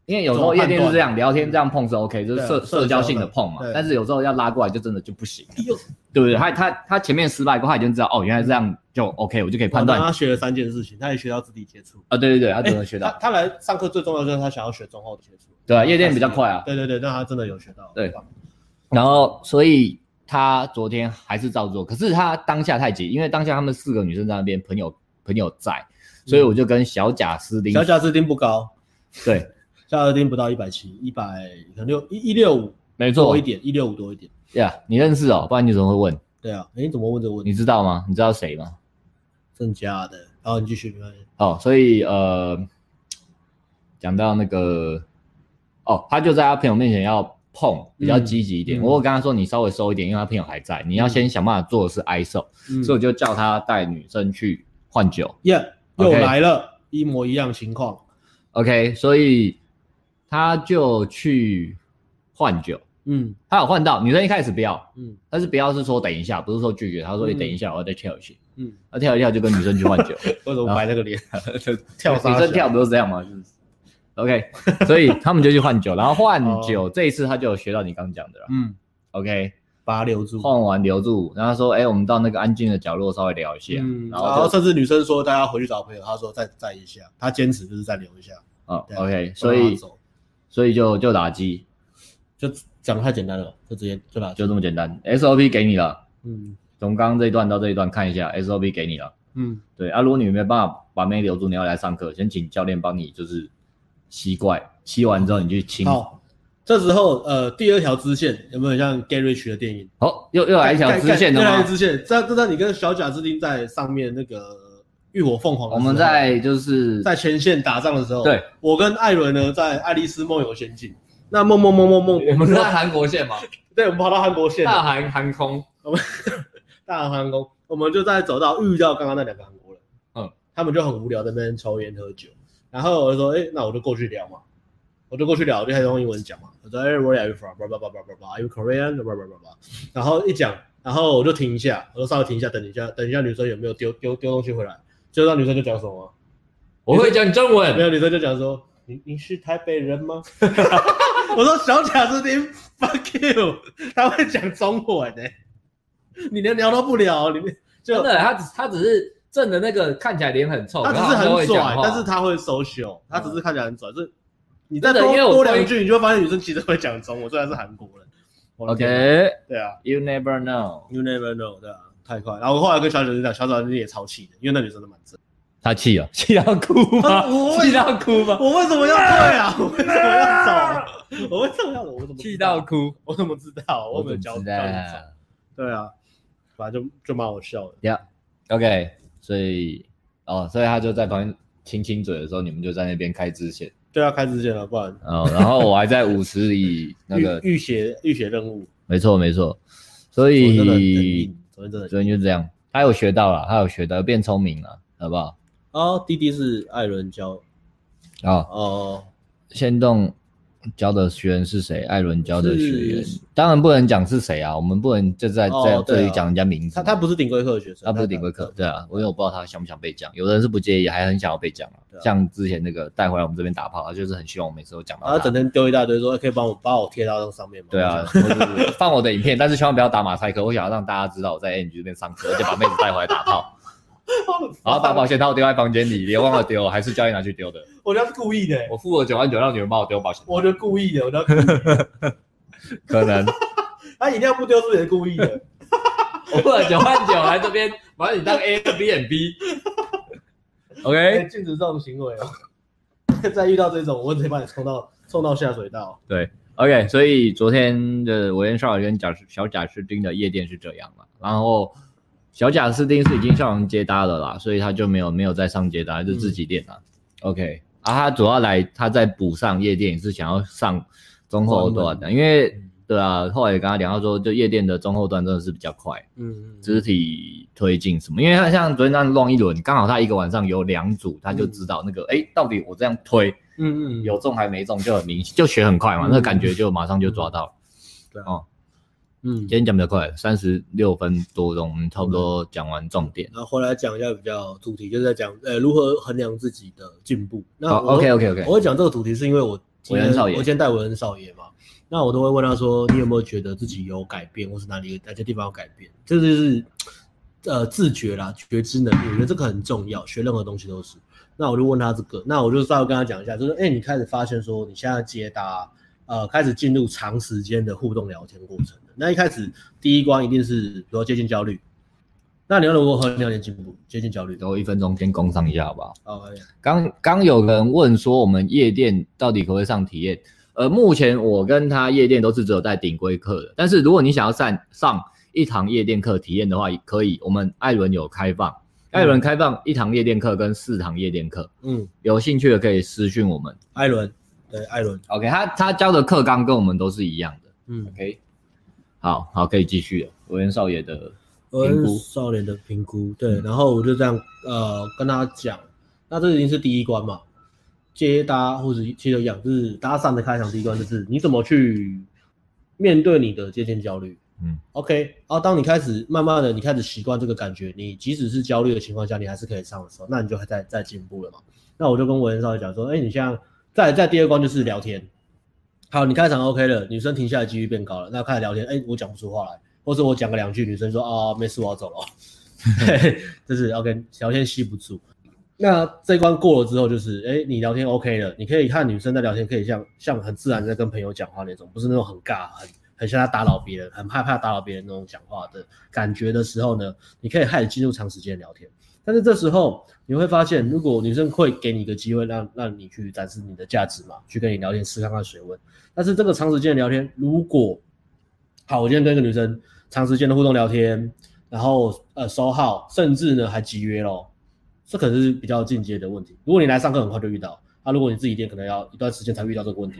因为有时候夜店是这样聊天这样碰是 OK，就是社
对
社交性的碰嘛
社交的，对
但是有时候要拉过来就真的就不行，
哎呦，
对不对？他他他前面失败过，他已经知道哦，原来这样就 OK，我就可以判断
我
啊、
他学了三件事情，他也学到肢体接触。
对对对，他真的
哎
学到， *laughs*
他他来上课最重要就是他想要学中后的接触。
对啊夜店比较快啊
对对对，那他真的有学到。
对然后所以他昨天还是照做，可是他当下太急，因为当下他们四个女生在那边，朋友朋友在，所以我就跟小贾斯汀、
嗯小贾斯汀不高，
对，
小贾斯汀不到一百七，一百可能六一一六五
没
多
错
一，点，一六五多一点。
呀你认识哦，不然你怎么会问？
对啊，哎，你怎么问这个问题？
你知道吗？你知道谁吗？
真假的？然后你继续，没关系。
哦，所以呃，讲到那个，哦，他就在他朋友面前要碰，比较积极一点。
嗯嗯
我有跟他说你稍微收一点，因为他朋友还在，你要先想办法做的是 ISO，、
嗯
所以我就叫他带女生去换酒。
耶，又
OK
来了，一模一样情况。
OK，所以他就去换酒，
嗯
他有换到女生一开始不要，
嗯
但是不要是说等一下，不是说拒绝，他说
嗯
你等一下，我要再跳一下，
嗯，
他跳一跳就跟女生去换酒，
为什么摆那个脸？ *laughs* 跳
女
沙啊
生跳
小
不都是这样吗？就是 OK，所以他们就去换酒，然后换酒、这一次他就有学到你刚讲的了
嗯，
，OK，
把他留住。
换完留住，然后他说，哎、我们到那个安静的角落稍微聊一下，
嗯，
然
然后
后就
甚至女生说大家回去找朋友，他说再再一下，他坚持就是再留一下，
哦
对啊
OK，
不
所
让他
以
走
所以就就打击，
就讲的太简单了，就直接就拿
就这么简单，SOP 给你了，
嗯
从刚刚这一段到这一段看一下，SOP 给你了。
嗯
对啊，如果你没办法把妹留住，你要来上课，先请教练帮你就是吸怪，吸完之后你去清。好、
好。这时候，呃，第二条支线有没有像 Gary 的电影？
又又来一条支线的
又来一
吗
条？支线。这这在你跟小贾斯汀在上面那个浴火凤凰的
我
时候，
们在就是
在前线打仗的时候，
对，
我跟艾伦呢在《爱丽丝梦游仙境》，那梦梦梦梦梦，我们
是在韩国线嘛，
对，我们跑到韩国线了，
韩航空。
大韩航空，我们就在走到遇到刚刚那两个韩国人，
嗯，
他们就很无聊在那边抽烟喝酒，然后我就说，哎、那我就过去聊嘛，我就过去聊，我就开始用英文讲嘛，我说，哎、w h e r e are you from？叭叭叭叭叭叭，Are you Korean？叭叭叭叭叭，然后一讲，然后我就停一下，我就稍微停一下，等一下，等一下女生有没有丢丢丢东西回来，就让女生就讲什么啊、
我会讲中
没
文，
有女生就讲说：“你你是台北人吗？” *laughs* 我说：“小贾斯汀，fuck you，他会讲中文呢、你连聊都不聊，你就
真的，他只他只是正的那个看起来脸很臭，
他只
然后
是
哦都会
很
讲
拽，
话嗯
但是他会 social，他只是看起来很拽，是你再
真的因
多
为我故
多
意
两句，你就会发现女生其实会讲中文，虽然是韩国人。我的天啊
OK，you
对啊
never know，
，you never know，对啊，太快。然后我后来跟小贾斯汀讲，小贾斯汀也超气的，因为那女生真的蛮正。
他气了，气到哭
他
吗
说我？为
气到哭吗？
我为什么要退啊？我为什么要走？我为什么要走？我怎么知道
气到哭，
我怎么知道？我
我
怎
怎么
么教
知
教你走
道？
对啊，反正就就蛮好笑的。
OK，所以哦，所以他就在旁边亲亲嘴的时候，你们就在那边开支线
对啊，开之前了，不然
哦，然后我还在舞池里那
浴
个，
浴血浴血任务，
没错没错，所
昨天真的很
以
硬，昨天真的很硬。
昨天就这样，他有学到了，他有学到，变聪明了，好不好？
哦，弟弟是艾伦教
啊，
哦，
先动教的学员是谁？艾伦教的学员
是，
当然不能讲是谁啊，我们不能就在在、
哦对啊
这里讲人家名字
他
嘛，
他不是顶规课的学生，
他不是顶规课，对啊，我因为我不知道他想不想被讲，有的人是不介意，还很想要被讲啊
对。啊
像之前那个带回来我们这边打炮，他就是很希望我每次都讲
然后
到
整
他。
天丢一大堆说，哎可以帮我把我贴到上面吗？
对啊，，我就是 *laughs* 放我的影片，但是千万不要打马赛克，我想要让大家知道我在 NG 这边上课，而且把妹子带回来打 *laughs* 炮，
*laughs*
然后把保险套丢在房间里，别忘了丢，还是教练拿去丢的。
我就是故意
*laughs*
的，欸
我付了九万九让你们帮我丢保险套，
我就故意的，我就
可能
他饮料不丢是也故意的，
*laughs* 我付了九万九来这边 *laughs* 把你当 Airbnb。
*laughs* 哎，
OK，
禁止这种行为哦。 *laughs* 再遇到这种，我直接把你冲到冲到下水道。
OK，所以昨天的我跟邵远跟贾士小贾士丁的夜店是这样嘛，然后小贾士丁是已经上接搭了啦，所以他就没有没有再上接搭，就自己练啦。OK，啊，他主要来他在补上夜店也是想要上中后段的，因为对啊，后来也跟他聊，他说就夜店的中后段真的是比较快，
嗯，
肢体推进什么，因为他像昨天这样乱一轮，刚好他一个晚上有两组，他就知道那个哎、诶到底我这样推
嗯嗯
有中还没中就很明显，就学很快嘛，
嗯
那感觉就马上就抓到了。
嗯
今，天讲比较快，三十六分多钟，我们差不多讲完重点。
然后回来讲一下比较主题，就是在讲呃如何衡量自己的进步。那
好
我
，OK OK OK，
我会讲这个主题是因为我今
韦
天
恩少爷
我今天带文恩少爷嘛，那我都会问他说，你有没有觉得自己有改变，或是哪里哪些地方有改变？这就是呃自觉啦，觉知能力，我觉得这个很重要，学任何东西都是。那我就问他这个，那我就稍微跟他讲一下，就是哎、你开始发现说你现在接搭，呃，开始进入长时间的互动聊天过程了那一开始第一关一定是比如说接近焦虑，那你要如何衡量你的进步？接近焦虑
都一分钟，先工商一下好不好？
哦，哎
刚刚有人问说，我们夜店到底可不可以上体验？呃，目前我跟他夜店都是只有带顶规课的，但是如果你想要上上一堂夜店课体验的话，也可以。我们艾伦有开放，艾伦开放一堂夜店课跟四堂夜店课，
嗯，
有兴趣的可以私讯我们。
艾伦，对，艾伦，
OK，他他教的课纲跟我们都是一样的。
嗯。
OK，好好，可以继续了。我跟少爷的
我
评
是
估
呃少年的评估，对，
嗯
然后我就这样呃跟他讲，那这已经是第一关嘛，接搭或者其实讲就是搭讪的开场第一关，就是你怎么去面对你的接近焦虑，
嗯
，OK，啊，当你开始慢慢的你开始习惯这个感觉，你即使是焦虑的情况下，你还是可以上的时候，那你就还在在进步了嘛。那我就跟文少爷讲说，哎、你像在在第二关就是聊天，好，你开场 OK 了，女生停下来几率变高了，那开始聊天，哎、我讲不出话来，或者我讲个两句，女生说啊、没事，我要走了哦，就是 OK，聊天吸不住。那这一关过了之后，就是哎、你聊天 OK 了，你可以看女生在聊天，可以像像很自然的跟朋友讲话那种，不是那种很尬、很很像他打扰别人、很害怕打扰别人那种讲话的感觉的时候呢，你可以开始进入长时间的聊天。但是这时候你会发现，如果女生会给你一个机会让让你去展示你的价值嘛，去跟你聊天，试看看水温。但是这个长时间的聊天，如果好，我今天跟一个女生长时间的互动聊天，然后呃收号，甚至呢还集约咯，这可能是比较进阶的问题。如果你来上课很快就遇到，那、如果你自己练，可能要一段时间才遇到这个问题。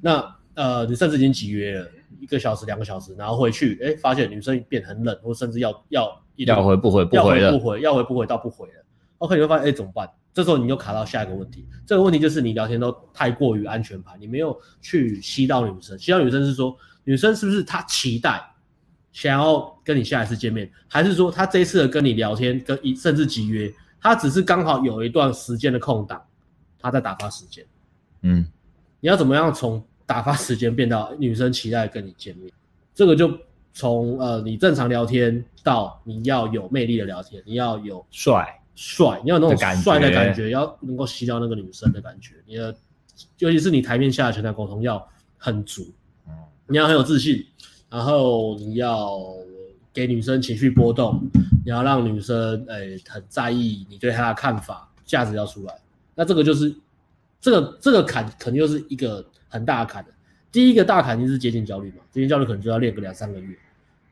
那呃，你甚至已经集约了一个小时、两个小时，然后回去，哎，发现女生变很冷，或甚至要要一
要回不回不
要
回了
不。回，要回不回到不回了。OK，你会发现，哎、怎么办？这时候你又卡到下一个问题，这个问题就是你聊天都太过于安全牌，你没有去吸到女生。吸到女生是说，女生是不是她期待想要跟你下一次见面，还是说她这一次的跟你聊天跟一甚至集约，她只是刚好有一段时间的空档，她在打发时间。
嗯，
你要怎么样从打发时间变到女生期待跟你见面？这个就从呃你正常聊天到你要有魅力的聊天，你要有
帅，
帅，你要有那
的感
种
觉
帅的感觉，要能够吸到那个女生的感觉。你的，尤其是你台面下的全台沟通要很足，
嗯，
你要很有自信，然后你要给女生情绪波动，你要让女生诶、很在意你对她的看法，价值要出来。那这个就是这个这个坎，肯定又是一个很大的坎的。第一个大坎就是接近焦虑嘛，接近焦虑可能就要练个两三个月，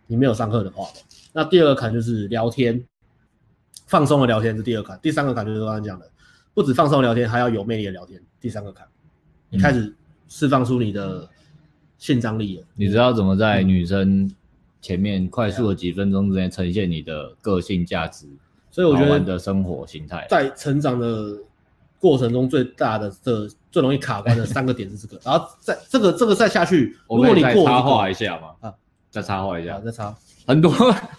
你没有上课的话。那第二个坎就是聊天，放松的聊天是第二坎，第三个坎就是刚刚讲的，不止放松聊天，还要有魅力的聊天。第三个坎，你开始释放出你的性张力了。
你知道怎么
嗯
在女生前面快速的几分钟之内呈现你的个性价值，
所以我觉
好玩
得
的生活形态。
在成长的过程中，最大的这最容易卡
*laughs*
关的三个点是这个，然后再这个这个再下去，如
我可
果
以
你
再
过
插话
一
一下吗？
啊
再插话一下
下，。再插，
很多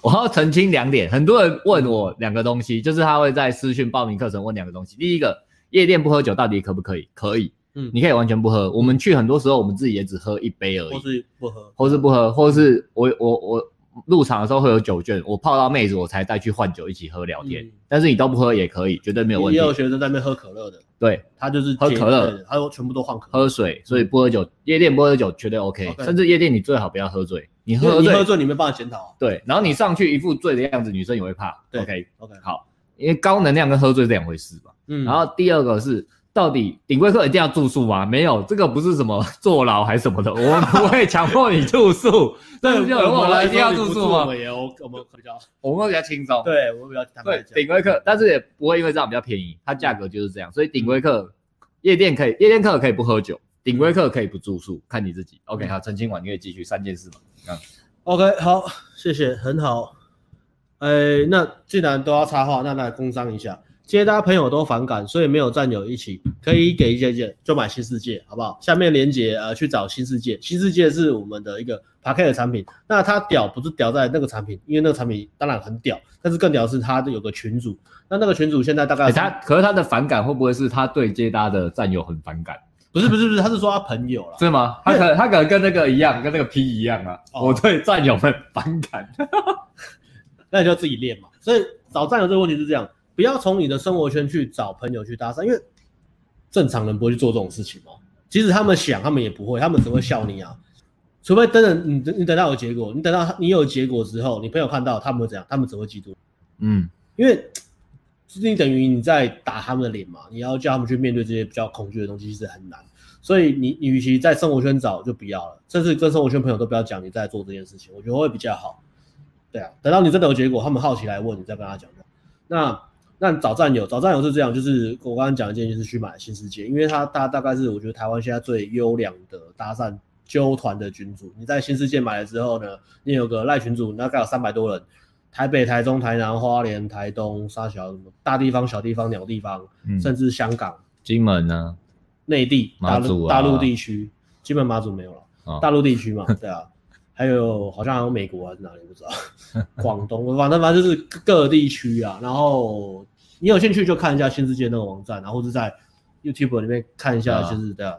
我要澄清两点，很多人问我两个东西，就是他会在私讯报名课程问两个东西。第一个，夜店不喝酒到底可不可以？可以，
嗯，
你可以完全不喝。我们去很多时候我们自己也只喝一杯而已
或，是不喝，
或是不喝，或是我我我入场的时候会有酒券，我泡到妹子我才带去换酒一起喝聊天。
嗯
但是你都不喝也可以，绝对没有问
也
题。
有学生在那边喝可乐的，
对，
他就是
喝
解
可乐
对他都全部都换可乐。
喝水，所以不喝酒，夜店不喝酒绝对 OK，,
OK
甚至夜店你最好不要喝醉，你
因为
喝
哦你
醉
喝醉，你没办法检讨啊。
对，然后你上去一副醉的样子，女生也会怕。
对
OK，
OK，
好，因为高能量跟喝醉是两回事吧。
嗯
然后第二个是到底顶规课一定要住宿吗？没有，这个不是什么坐牢还是什么
*laughs*
的，我们不会强迫你住宿。但是就有人问我们一定要住宿
我
吗？
们也 O，我们比较
我们会比较轻松。
对我比较坦白
对，
讲，
顶规课，但是也不会因为这样比较便宜，它价格就是这样。所以顶规
嗯
课，夜店可以，夜店课可以不喝酒，顶规课可以不住
嗯
宿，看你自己。OK，好，澄清完你可以继续三件事嘛。
OK，好，谢谢，很好。哎，那既然都要插话，那来工商一下。接搭朋友都反感，所以没有战友一起，可以给意见就买新世界，好不好？下面连接呃去找新世界，新世界是我们的一个 p a c k e 的产品。那它屌不是屌在那个产品，因为那个产品当然很屌，但是更屌的是它有个群主，那那个群主现在大概
哎，
是、
他可是他的反感会不会是他对接搭的战友很反感？
不是不是不是，他是说他朋友啦。
是吗？他可能他可能跟那个一样，跟那个 P 一样啊。
哦
我对战友们反感。
那你就自己练嘛。所以找战友这个问题是这样，不要从你的生活圈去找朋友去搭讪，因为正常人不会去做这种事情嘛。即使他们想，他们也不会，他们只会笑你啊。除非等等你你等到有结果，你等到你有结果之后，你朋友看到他们会怎样？他们只会嫉妒，
嗯，
因为你等于你在打他们的脸嘛。你要叫他们去面对这些比较恐惧的东西，其实很难。所以你你与其在生活圈找，就不要了，甚至跟生活圈朋友都不要讲你在做这件事情，我觉得会比较好。对啊，等到你真的有结果，他们好奇来问你，再跟他讲。那那找战友，找战友是这样，就是我刚刚讲的建议是去买新世界，因为它大大概是我觉得台湾现在最优良的搭讪纠团的群组。你在新世界买了之后呢，你有个赖群组，大概有三百多人，台北、台中、台南、花莲、台东、沙小什么大地方、小地方、鸟地方，
嗯
*laughs* 甚至香港、
金门呢？
内地、大
马
陆、
祖啊
大陆地区，基本马祖没有了，
哦
大陆地
*laughs*
区嘛，对啊，还有好像还有美国还是哪里不知道， *laughs* 广东，反正反正就是各地区啊。然后你有兴趣就看一下新世界那个网站，然后或者在 YouTube 里面看一下，
啊
就是对啊，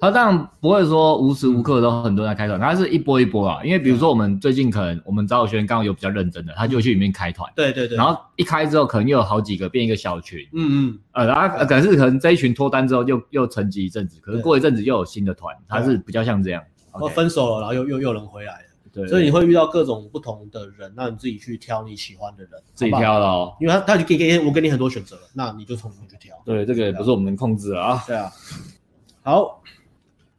他当然不会说无时无刻都很多人在开团，他是一波一波啊。因为比如说我们最近可能我们找友轩刚好有比较认真的，他就去里面开团，
对对对，
然后一开之后可能又有好几个变一个小群，
嗯嗯，
呃，然后呃可是可能这一群脱单之后又又沉寂一阵子，可是
对啊
过一阵子又有新的团，他是比较像这样。
然后
OK，
哦分手了，然后又又又有人回来了，
对，
所以你会遇到各种不同的人，那你自己去挑你喜欢的人，
自己
好不好，
挑了哦。
因为他他就给给我给你很多选择了，那你就从中去挑。
对，这个也不是我们能控制的啊。
对啊，好，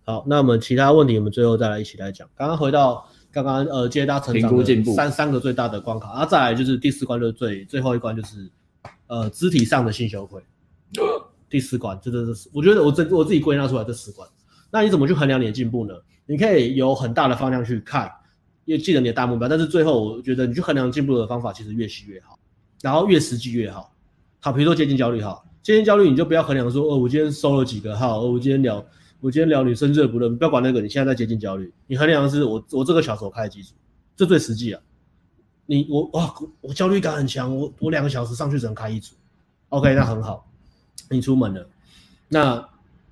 好，那我们其他问题我们最后再来一起来讲。刚刚回到刚刚呃，接搭成长
评估
的
进步
三三个最大的关卡，然后啊再来就是第四关，就是最最后一关就是呃肢体上的性
*gasps*
羞愧。第四关，这这这，我觉得我真我自己归纳出来这四关。那你怎么去衡量你的进步呢？你可以有很大的方向去看，也记得你的大目标，但是最后我觉得你去衡量进步的方法其实越细越好，然后越实际越好。好，比如说接近焦虑，好，接近焦虑你就不要衡量说，哦，我今天收了几个号，哦，我今天聊，我今天聊女生热不热，你不要管那个，你现在在接近焦虑，你衡量的是我我这个小时我开的基础，这最实际啊。你我哇，我焦虑感很强，我我两个小时上去只能开一组，OK，那很好，你出门了，那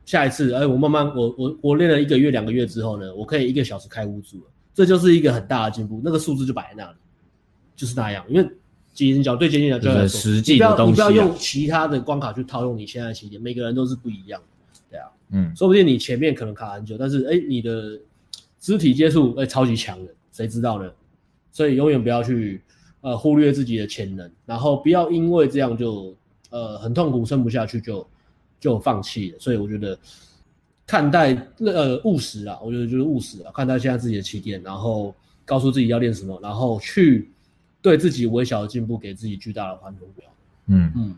下一次，哎，我慢慢我我我练了一个月两个月之后呢，我可以一个小时开五组了，这就是一个很大的进步，那个数字就摆在那里，就是那样，因为接近焦对接近焦虑来
就
说，
是实际
你不
的
要
东
你不
西啊
要用其他的关卡去套用你现在的起点，每个人都是不一样的。
嗯，
说不定你前面可能卡很久，但是哎、你的肢体接触哎、超级强的，谁知道呢？所以永远不要去呃忽略自己的潜能，然后不要因为这样就呃很痛苦撑不下去就就放弃了。所以我觉得看待呃务实啊，我觉得就是务实啊，看待现在自己的起点，然后告诉自己要练什么，然后去对自己微小的进步给自己巨大的环目标。
嗯，
嗯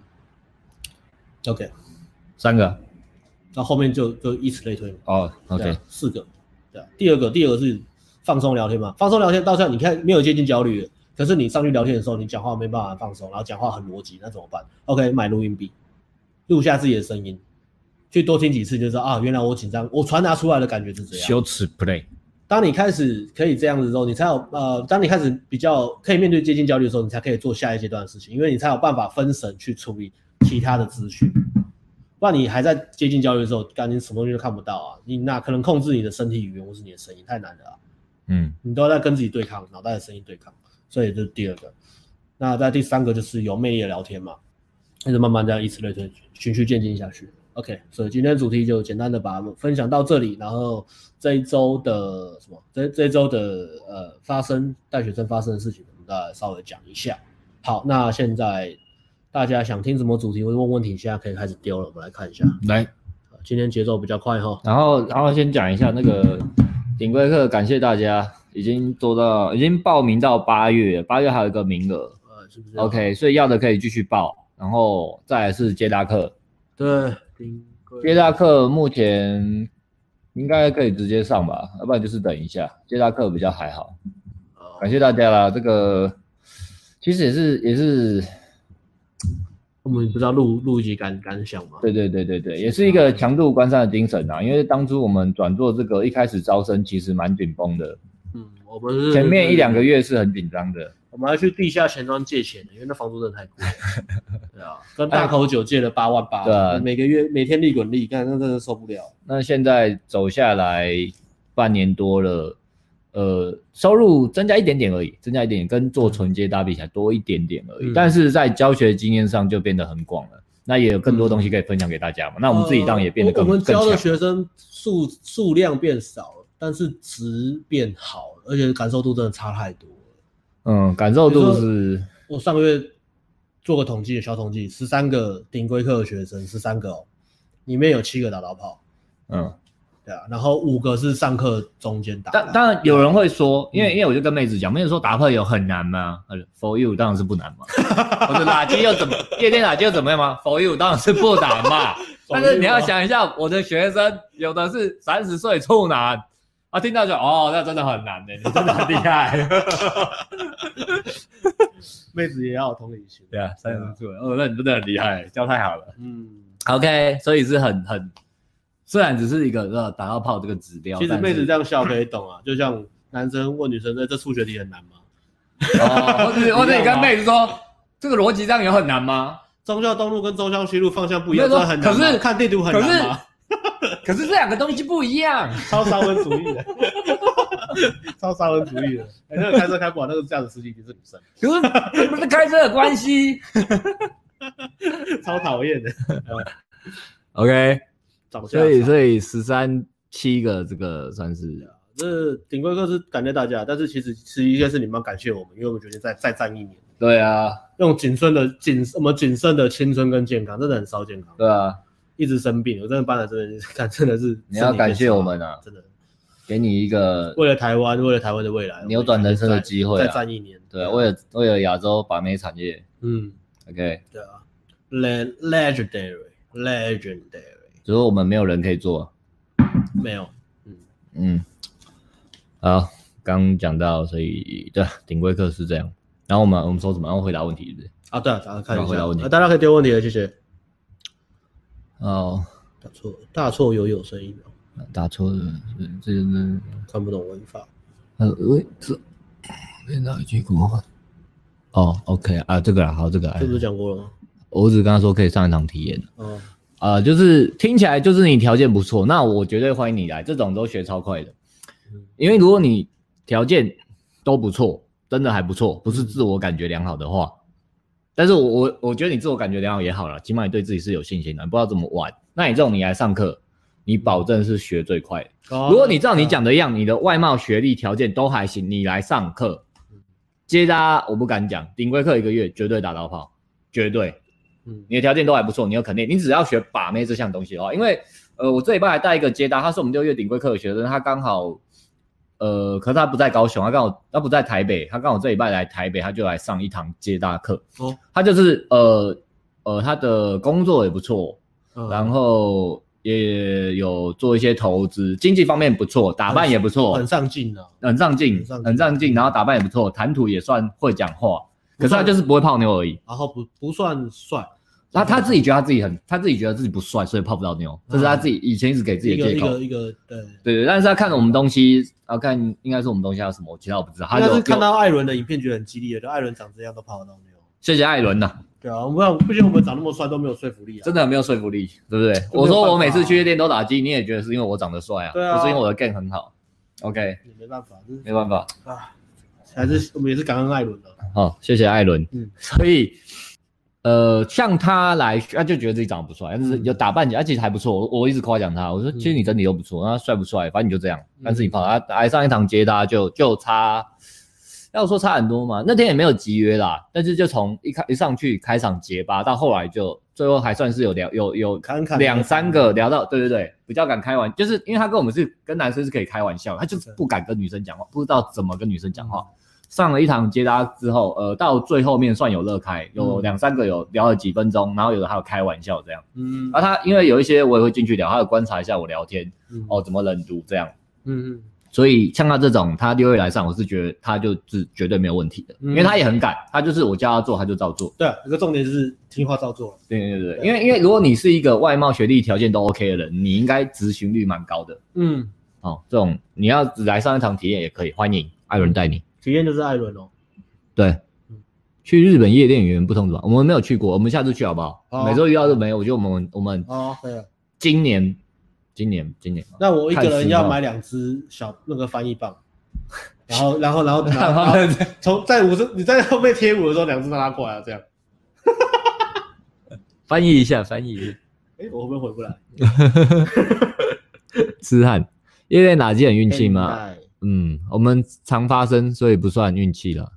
，OK，
三个
那后面就就以此类推嘛。
哦
对
，OK，
啊四个，对啊。第二个，第二个是放松聊天嘛，放松聊天到现在你看没有接近焦虑了，可是你上去聊天的时候，你讲话没办法放松，然后讲话很逻辑，那怎么办？OK，买录音笔，录下自己的声音，去多听几次，就知道啊，原来我紧张，我传达出来的感觉是这样。
羞耻 play，
当你开始可以这样子之后，你才有呃，当你开始比较可以面对接近焦虑的时候，你才可以做下一阶段的事情，因为你才有办法分神去处理其他的资讯。不然你还在接近焦虑的时候，赶紧什么东西都看不到啊！你哪可能控制你的身体语言或是你的声音？太难了啊！
嗯，
你都在跟自己对抗，脑袋的声音对抗，所以这是第二个。那在第三个就是有魅力的聊天嘛，那就慢慢这样以此类推，循序渐进下去。OK，所以今天的主题就简单的把它们分享到这里，然后这一周的什么，这这一周的呃发生带学生发生的事情，我们再来稍微讲一下。好，那现在大家想听什么主题或者问问题，现在可以开始丢了，我们来看一下。
来
今天节奏比较快哈。
然后，然后先讲一下那 *laughs* 个顶规课，感谢大家已经做到，已经报名到八月，八月还有一个名额。
呃，是不是
OK，所以要的可以继续报，然后再来是接大课，
对，丁贵
接大课目前应该可以直接上吧，要不然就是等一下接大课比较还好。
哦
感谢大家啦，这个其实也是也是，
我们不知道录录一集感感想嘛？
对对对对对，也是一
啊
个强度关山的精神啊，因为当初我们转做这个一开始招生其实蛮紧绷的，
嗯，我们是
前面一两个，月是很紧张的。
我们还去地下钱庄借钱的，因为那房租真的太
*laughs*
贵了。对啊，跟大口酒借了八万八，
对啊
每个月每天利滚利，干那真的受不了。
那现在走下来半年多了，呃，收入增加一点点而已，增加一点点，跟做纯接搭比起来多一点点而已。
嗯
但是在教学经验上就变得很广了，那也有更多东西可以分享给大家嘛。那我们自己当然也变得
嗯呃
更、
我我们
更
教的
强。
学生数数量变少了，但是值变好了，而且感受度真的差太多了。
嗯，感受度
比
是，
我上个月做个统计，小统计，十三个顶规课的学生，十三个哦，里面有七个打到炮，
嗯，
对啊，然后五个是上课中间打的，嗯
当当然有人会说，因为因为我就跟妹子讲，妹子说打炮有很难吗呃？For you 当然是不难
*laughs*
嘛。我说垃圾又怎么夜店垃圾又怎么样吗？For you 当然是不难
*laughs*
嘛。但是你要想一下，我的学生有的是三十岁处男，啊，听到就哦，那真的很难的，你真的很厉害。
*laughs* 妹子也要有同理心，
对啊，三十岁，哦，那你真的很厉害，教太好了。
嗯，
OK，所以是很很，虽然只是一个呃打到炮这个指标，
其实
但是
妹子这样笑可以懂啊，就 *laughs* 像男生问女生哎那这数学题很难吗？
哦，
*laughs*
或者或者你
一样
跟
吗
妹子说这个逻辑这样有很难吗？
忠孝东路跟忠孝西路方向不一样，
没有
这
说
很难吗。啊
可是
看地图很难
*laughs*
吗？
可是这两个东西不一 *laughs* 样。
超沙文主义的， *laughs* 超沙文主义的。哎、那个开车开不好，那个驾驶司机一定是女生，
可是这不是开车的关系。
超讨厌的。
OK，
长相
所以
差
所以十三七个这个算是
这顶规课是感谢大家，但是其实实际应该是你们要感谢我们，因为我们决定再再战一年，
对啊
用谨慎的谨我们谨慎的青春跟健康，真的很烧健康，
对啊，
一直生病，我真的搬来这边，看真的 *laughs* 是
你要感谢我们啊
真的
给你一个
为了台湾，为了台湾的未来，
扭转人生的机会啊
再战一年，
对啊，为了为了亚洲把妹产业
嗯，
，OK，
对啊，le-，legendary，legendary，
只是我们没有人可以做。
没有，嗯，
嗯，好，刚讲到，所以对顶规课是这样。然后我们我们说什么？然后回答问题是不是？
啊，对啊，大家看一
好回
下，
答问题
啊大家可以丢问题了，谢谢。
哦，
打错，大错有有生一秒，
打错了，是这是
看不懂文法。
呃，我这哎练到已经国文。哦，OK 啊，这个啦，好，这个啦
这不是讲过了吗？
我只是刚刚说可以上一堂体验。
哦，
啊，就是听起来就是你条件不错，那我绝对欢迎你来，这种都学超快的
嗯。
因为如果你条件都不错，真的还不错，
嗯
不是自我感觉良好的话，但是我我我觉得你自我感觉良好也好了，起码你对自己是有信心的，你不知道怎么玩。那你这种你来上课，你保证是学最快的。
哦
如果你照你讲的一样，你的外貌、学历、条件都还行，你来上课
嗯，
接搭我不敢讲，顶规课一个月绝对打到炮，绝对。
嗯，
你的条件都还不错，你有肯定，你只要学把妹这项东西的话，因为呃，我这礼拜还带一个接搭，他是我们六月顶规课的学生，他刚好呃，可是他不在高雄，他刚好他不在台北，他刚好这礼拜来台北，他就来上一堂接搭课。
哦，
他就是呃呃，他的工作也不错，
嗯
然后也有做一些投资，经济方面不错，打扮也不错，
很上进啊，
很上进
很上，进
很上进，然后打扮也不错，谈吐也算会讲话，可是他就是不会泡妞而已。
然后不不算帅，
他他自己觉得他自己很，他自己觉得自己不帅，所以泡不到妞，这是他自己以前一直给自己
啊一
的
个
借
一
口。
个一个对，应
对对，但是他看了我们东西，啊，看应该是我们东西还有什么，其他我不知道。他
该
就是
看到艾伦的影片觉得很激励的，就艾伦长这样都跑得到没有？
谢谢艾伦呐、
对啊，我们不仅我们长那么帅都没有说服力啊，
真的很没有说服力，对不对？
没有
我说
办法
我每次去夜店都打鸡，你也觉得是因为我长得帅啊，
对啊
不是因为我的 game 很好。OK，
也没办法，就是
没办法，
啊，还是我们也是感恩艾伦的，啊
好、哦谢谢艾伦。
嗯
所以，呃，像他来，他就觉得自己长得不帅，但是有打扮起来，他其实还不错。我我一直夸奖他，我说
嗯
其实你整体都不错，那帅不帅，反正你就这样啊
嗯。
但是你跑，他来上一堂接搭就就差要说差很多嘛，那天也没有集约啦，但是就从一开一上去开场结巴，到后来就最后还算是有聊有有
侃侃而谈
两三个聊到，对对对，比较敢开玩，就是因为他跟我们是跟男生是可以开玩
嗯
笑的，他就是不敢跟女生讲话，不知道怎么跟女生讲话。上了一堂接搭之后，呃，到最后面算有乐开，有
嗯
两三个有聊了几分钟，然后有的还有开玩笑这样。
嗯
然后他因为有一些我也会进去聊，他有观察一下我聊天
嗯
哦，怎么冷读这样。
嗯嗯
所以像他这种，他六月来上，我是觉得他就是绝对没有问题的，
嗯
因为他也很敢，他就是我叫他做，他就照做。
对啊，一个重点就是听话照做了，
对对对对，因为因为如果你是一个外貌、学历条件都 OK 的人，你应该执行率蛮高的
嗯，
哦。这种你要来上一场体验也可以，欢迎艾
嗯
伦带你。
体验就是艾伦哦，
对
嗯，
去日本夜店语言不通怎么办？我们没有去过，我们下次去好不好？
好
每周遇到日本夜，我觉得我们我们
哦，可以了，
今年今年今年
那我一个
看
人
情
要
况
买两只小那个翻
*laughs*
译棒，然后然后然后然后
他
然后
们
从在我这你在后面贴我的时候，两只拉过来啊，这样，
翻译一下，翻译一
*laughs*
下。
哎，我会不会回不来？
痴汉，夜店打击很运气吗？
哎？
嗯，我们常发生，所以不算运气了。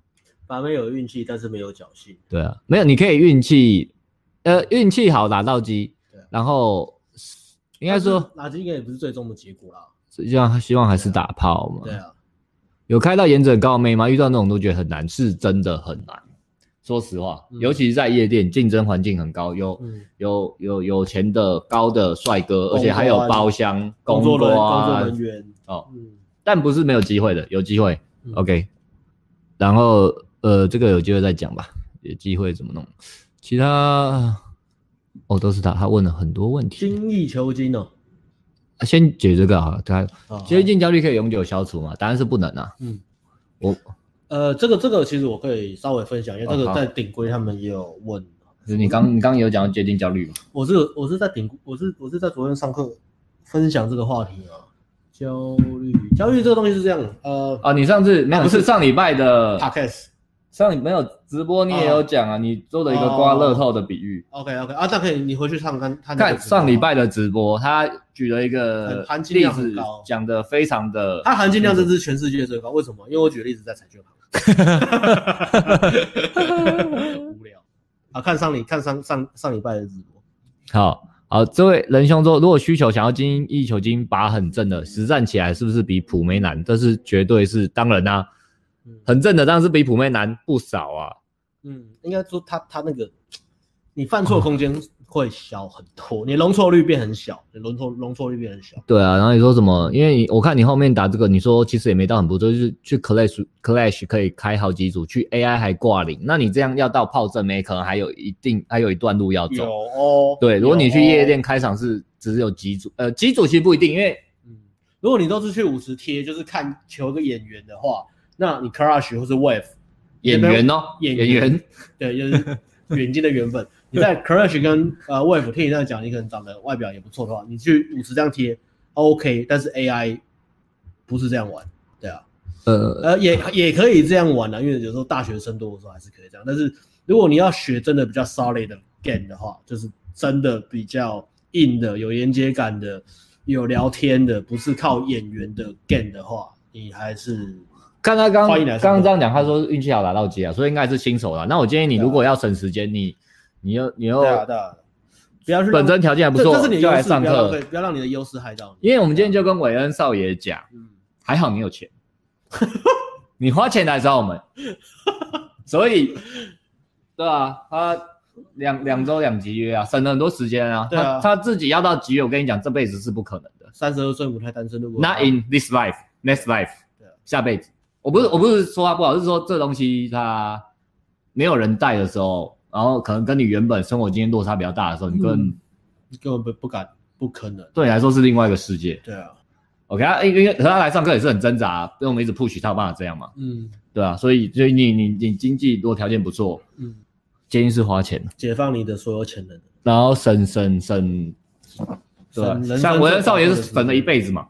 把妹有运气，但是没有侥幸。
对啊，没有，你可以运气，呃，运气好打到机
对啊，
然后应该说
垃圾应该也不是最终的结果啦。
希望希望还是打炮嘛。
对啊，
有开到颜值很高的妹吗？遇到那种都觉得很难，是真的很难。说实话，
嗯
尤其是在夜店，竞争环境很高，有
嗯，
有有有钱的、高的帅哥，而且还有
工作啊
包厢、
工
作
作人工
啊
作人员，
哦，
嗯，
但不是没有机会的，有机会。
嗯
OK，然后呃，这个有机会再讲吧，有机会怎么弄？其他哦都是他，他问了很多问题。
精益求精哦。
啊先解这个啊，他
啊
接近焦虑可以永久消除吗？答案是不能啊。
嗯，
我
呃，这个这个其实我可以稍微分享，因为这
哦
个
好
在顶规他们也有问。
你刚你刚有讲到接近焦虑嘛？
我是我是在顶，我是我是在昨天上课分享这个话题啊，焦虑，焦虑这个东西是这样的，呃
啊，你上次没有
不是啊
是上礼拜的
，podcast。
上礼没有直播，你也有讲啊，你做了一个刮乐透的比喻。
OK OK 啊，那可以，你回去看看看那个
看
直播
上礼，拜的直播，他举了一个
哦很含金
例
量
子
很高，啊
讲的非常的，
它含金量真是全世界最高。为什么？因为我举个例子在彩券 *laughs* 行。无聊啊！看上礼看上上上礼拜的直播，
好好，这位仁兄说，如果需求想要精益求精，把很正的实战起来，是不是比普妹难？这是绝对是当然啦、
嗯
很正的当然是比普妹难不少啊。
嗯，应该说他他那个你犯错空间会小很多，你容错率变很小，你容错容错率变很小。
对啊，然后你说什么？因为你我看你后面打这个，你说其实也没到很不错，就是去 Clash Clash 可以开好几组，去 AI 还挂零，那你这样要到炮正妹，可能还有一定还有一段路要
有
走。
哦，
对，如果你去
有哦
夜，店开场是只有几组，呃，几组其实不一定，因为
嗯，如果你都是去舞池贴，就是看求个演员的话，那你 crush 或是 wave
演员哦，
演
演
员
员
对，就是远近的缘分。你在 Crush 跟呃 Wave 听你这样讲，你可能长得外表也不错的话，你去舞池这样贴 OK，但是 AI 不是这样玩，对啊，
呃
呃也也可以这样玩的、啊因为有时候大学生多的时候还是可以这样。但是如果你要学真的比较 solid 的 game 的话，就是真的比较硬的、有连接感的、有聊天的，不是靠演员的 game 的话，你还是
看他刚
欢
刚
迎来上课
刚这样讲，他说运气好打到机啊，所以应该是新手啦。那我建议你，
对啊
如果要省时间，你你又你又
对啊对啊，不要去让
本身条件还不
这
错
这是你，的
就来
优势，
上
不要浪费
课。
不要让你的优势害到你。
因为我们今天就跟韦恩少爷讲，
嗯，
还好你有钱， *laughs* 你花钱来找我们，所以对啊，他两两周两集约啊，省了很多时间啊。
对啊
他他自己要到集约，我跟你讲，这辈子是不可能的。
三十二岁母胎单身啊的我
Not in this life, next life，
对啊
下辈子。我不是我不是说他不好，是说这东西它没有人带的时候，然后可能跟你原本生活经验落差比较大的时候，你跟、
嗯根本不不敢，不可能。
对你来说是另外一个世界。
对啊，
OK，他因为因为他来上课也是很挣扎、因为我们一直 push 他有办法这样嘛，
嗯
对啊，所以所以你你你经济如果条件不错，
嗯，
建议是花钱，
解放你的所有潜能，
然后省省省，对啊
省人，生
像
最
我跟少爷
宝
是
贵的时
省了一
间
辈子 *laughs* 嘛，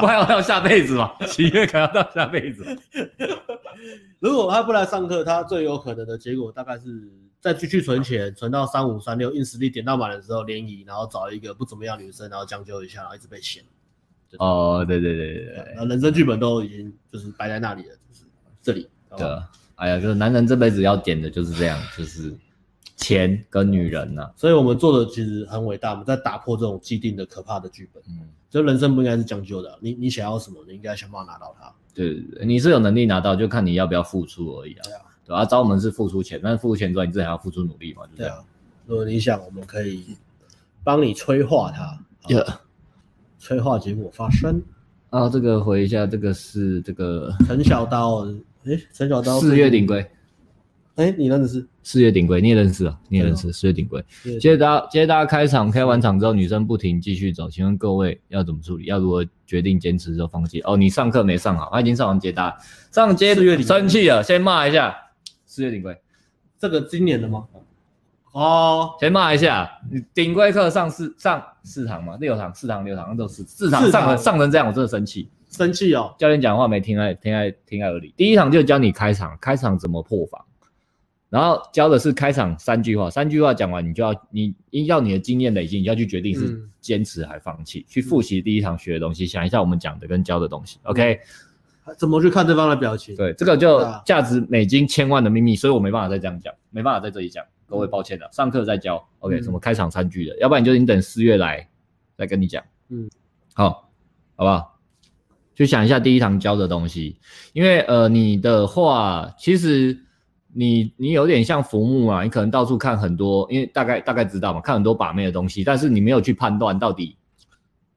不然要到下辈子嘛，喜悦可能要到下辈子。
如果他不来上课，他最有可能的结果大概是再继续存钱，存到三五三六，硬实力点到满的时候联谊，然后找一个不怎么样的女生，然后将就一下，然后一直被嫌。
*laughs* 哦，对对对对
对啊
对，
然后人生剧本都已经就是摆在那里了，就是这里。好吧
对，哎呀，就是男人这辈子要点的就是这样，就是钱跟女人呐、
所以我们做的其实很伟大，我们在打破这种既定的可怕的剧本。
嗯，
就人生不应该是将就的，啊你你想要什么，你应该想办法拿到它。
对，对对你是有能力拿到，就看你要不要付出而已啊
对啊。
对啊，招我们是付出钱，但是付出钱之后，你自己还要付出努力嘛，就这
对
样。
啊，如果你想，我们可以帮你催化它，好吧催化结果发生。
啊，这个回一下，这个是这个
陈小刀，诶，陈小刀
四月顶，规，
诶，你认识？
四月顶规你也认识啊，你也认识四月顶规。
对
接着大家接着大家开场，开完场之后，女生不停继续走，请问各位要怎么处理？要如何决定坚持之后放弃？哦，你上课没上好，他已经上完接答，上接
四月顶规
生气了，先骂一下四月顶规，
这个今年的吗？哦，
先骂一下。你顶规课上四上四堂嘛，六堂、四堂、六堂，那都是四堂
四
上
堂
了上成这样，我真的生气。
生气哦，
教练讲话没听在听在听在耳里。第一场就教你开场，开场怎么破防，然后教的是开场三句话，三句话讲完你就要你依照你的经验累积，你要去决定是
嗯
坚持还放弃，去复习第一堂学的东西，想一下我们讲的跟教的东西。OK，
怎么去看对方的表情？
对，这个就
对啊
价值美金千万的秘密，所以我没办法再这样讲，没办法在这里讲，各位抱歉了，上课再教。OK，
嗯
什么开场三句的，要不然你就你等四月来再跟你讲。
嗯，
好，好不好？去想一下第一堂教的东西，因为呃，你的话其实你你有点像浮木啊，你可能到处看很多，因为大概大概知道嘛，看很多把妹的东西，但是你没有去判断到底，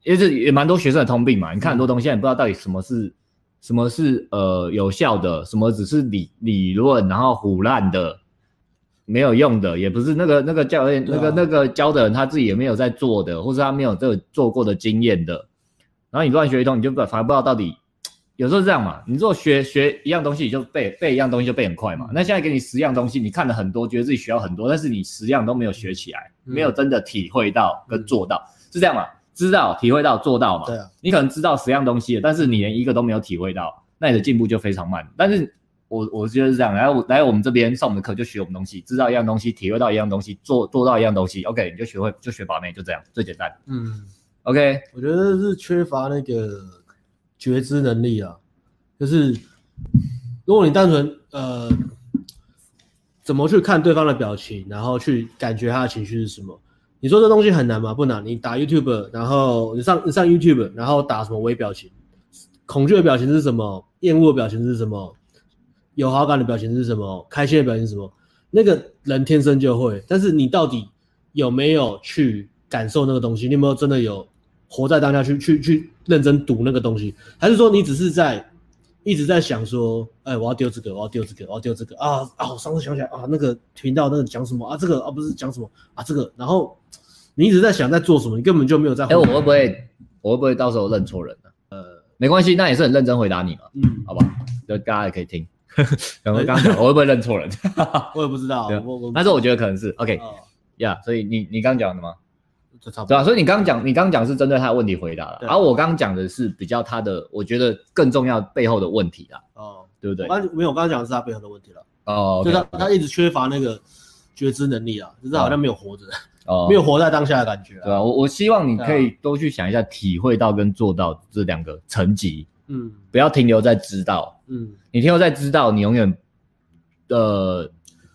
因为这也蛮多学生的通病嘛，你看很多东西，你不知道到底什么是什么是呃有效的，什么只是理理论，然后胡乱的。没有用的，也不是那个那个教练、
对
那
啊
个那个教的人他自己也没有在做的，或是他没有这个做过的经验的，然后你乱学一通，你就不反而不知道到底。有时候是这样嘛，你如果学学一样东西，你就背背一样东西就背很快
嗯
嘛。那现在给你十样东西，你看了很多，觉得自己学到很多，但是你十样都没有学起来，
嗯
没有真的体会到跟做到，是这样嘛？知道、体会到、做到嘛？
对啊，
你可能知道十样东西了，但是你连一个都没有体会到，那你的进步就非常慢。但是我我觉得是这样，来我来我们这边上我们的课就学我们东西，知道一样东西，体会到一样东西，做做到一样东西，OK，你就学会就学把妹，就这样最简单。
嗯，
OK，
我觉得是缺乏那个觉知能力啊，就是如果你单纯呃怎么去看对方的表情，然后去感觉他的情绪是什么。你说这东西很难吗？不难，你打 YouTube，然后你上你上 YouTube，然后打什么微表情，恐惧的表情是什么，厌恶的表情是什么，有好感的表情是什么，开心的表情是什么，那个人天生就会，但是你到底有没有去感受那个东西？你有没有真的有活在当下去去去认真读那个东西？还是说你只是在一直在想说，哎，我要丢这个，我要丢这个，我要丢这个啊啊！我上次想起来啊，那个频道那个讲什么啊？这个啊不是讲什么啊？这个，然后你一直在想在做什么，你根本就没有在。
哎、我会不会我会不会到时候认错人呢、呃，没关系，那也是很认真回答你嘛，
嗯，
好吧？就大家也可以听。然后刚刚讲我会不会认错人？
我也不知道，
对啊
我我
但是我觉得可能是 OK
啊，
呀、所以你你刚讲的吗？
这差不
对
多
啊，所以你刚讲，你刚讲是针对他的问题回答了，
对
而、我刚讲的是比较他的，我觉得更重要背后的问题啦，
哦。
对不对
我？刚没有，我刚刚讲的是他背后的问题了，
哦，
就
OK，
是他他一直缺乏那个觉知能力啊，就是好像没有活着，
哦，
没有活在当下的感觉
对
啊。
吧、我我希望你
对啊
可以多去想一下，体会到跟做到这两个层级，
嗯
不要停留在知道，
嗯，
你停留在知道，你永远呃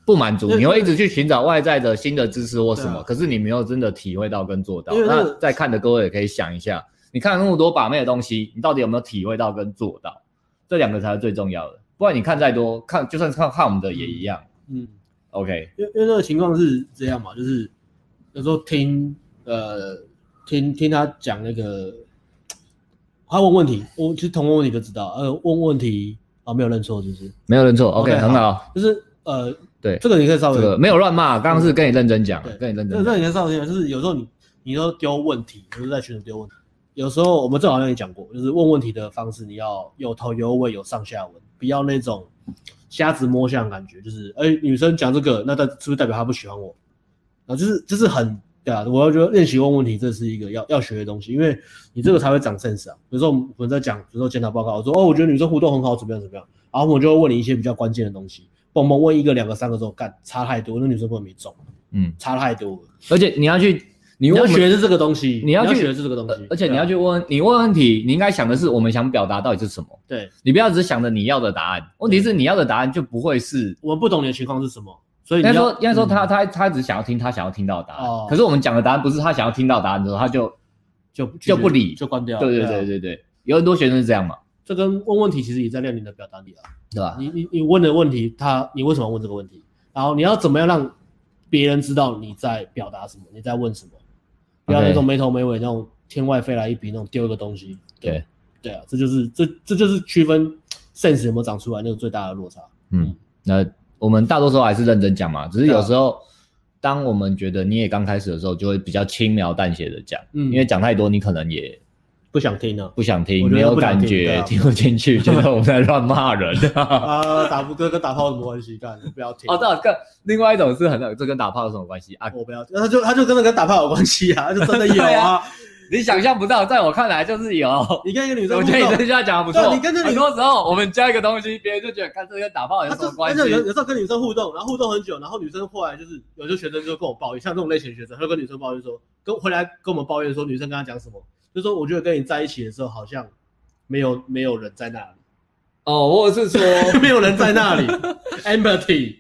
不满足，
那
你会一直去寻找外在的新的知识或什么，
对啊
可是你没有真的体会到跟做到。
因为那
那
个
在看的各位也可以想一下，你看了那么多把妹的东西，你到底有没有体会到跟做到？这两个才是最重要的。不然你看再多，看就算是看看我们的也一样。
嗯，
OK，
因为因为那个情况是这样嘛，就是有时候听呃听听他讲那个，他问问题，我其实同问问题就知道，呃问问题啊没有认错，就是
没有认错。OK，,
OK，
很好。
就是呃
对，
这个你可以稍
这
微
个没有乱骂，刚刚是跟你认真讲，
对
跟你认
那
真
那
讲。
你在上面就是有时候你你都丢问题，就是在群里丢问题。有时候我们这好像也讲过，就是问问题的方式，你要有头有尾，有上下文，不要那种瞎子摸象的感觉，就是哎、女生讲这个，那她是不是代表她不喜欢我？啊，就是就是很对啊，我要觉得练习问问题这是一个要要学的东西，因为你这个才会长 sense 啊。比如说我们在讲，比如说检讨报告，我说哦，我觉得女生互动很好，怎么样怎么样，然后我就会问你一些比较关键的东西，蹦蹦问一个两个三个之后，干差太多，那女生根本没中，
嗯，
差太多了。
而且你要去，你
你
问
要
我们
学的是这个东西，
你要去
学的是这个东
呃
西，
而且你
对啊
要去问，你问问题，你应该想的是我们想表达到底是什么，
对，
你不要只想着你要的答案。问题是你要的答案就不会是，
我们不懂你的情况是什么，所以
应
你
该
要
说应该说他
嗯
他他只想要听他想要听到的答
哦
案，可是我们讲的答案不是他想要听到的答案之后，他就
就
就不理
就关掉，
对哦对
啊
对，对对，有很多学生是这样嘛，
这跟问问题其实也在练你的表达力啊。
对吧？
你你你问的问题，他你为什么问这个问题？然后你要怎么样让别人知道你在表达什么，你在问什么？不要
OK
那种没头没尾那种天外飞来一笔那种丢一个东西。
对
对啊，这就是这这就是区分 sense 有没有长出来那个最大的落差。
嗯，那我们大多数还是认真讲嘛，只是有时候当我们觉得你也刚开始的时候，就会比较轻描淡写的讲，
嗯
因为讲太多你可能也
不想听啊。
不想听，
我觉得
没有
不想
感
听对
觉，
啊
听不进去，觉得我们在乱骂 *laughs* 人。哦，
啊，打不哥跟打炮有什么关系？干，我不要听。
这跟啊另外一种是很这跟打炮有什么关系啊？
我不要听，那他就他就真的跟打炮有关系啊，他就真的有
对
啊
啊。你想象不到，在我看来就是有。
你跟一个女生
我
互
觉得你这
动，
句话讲的不
对
错。
你跟这里
很多时候我们加一个东西，别人就觉得看这跟打炮有
他
什
就
么
他
关
就
系
有有时候跟女生互动，然后互动很久，然后女生后来就是有些学生就跟我抱怨，像这种类型的学生，他就跟女生抱怨说，跟回来跟我们抱怨说，女生跟他讲什么，就说我觉得跟你在一起的时候好像没有没有人在那里， *laughs*
哦，或者是说，
没有人在那里，empathy。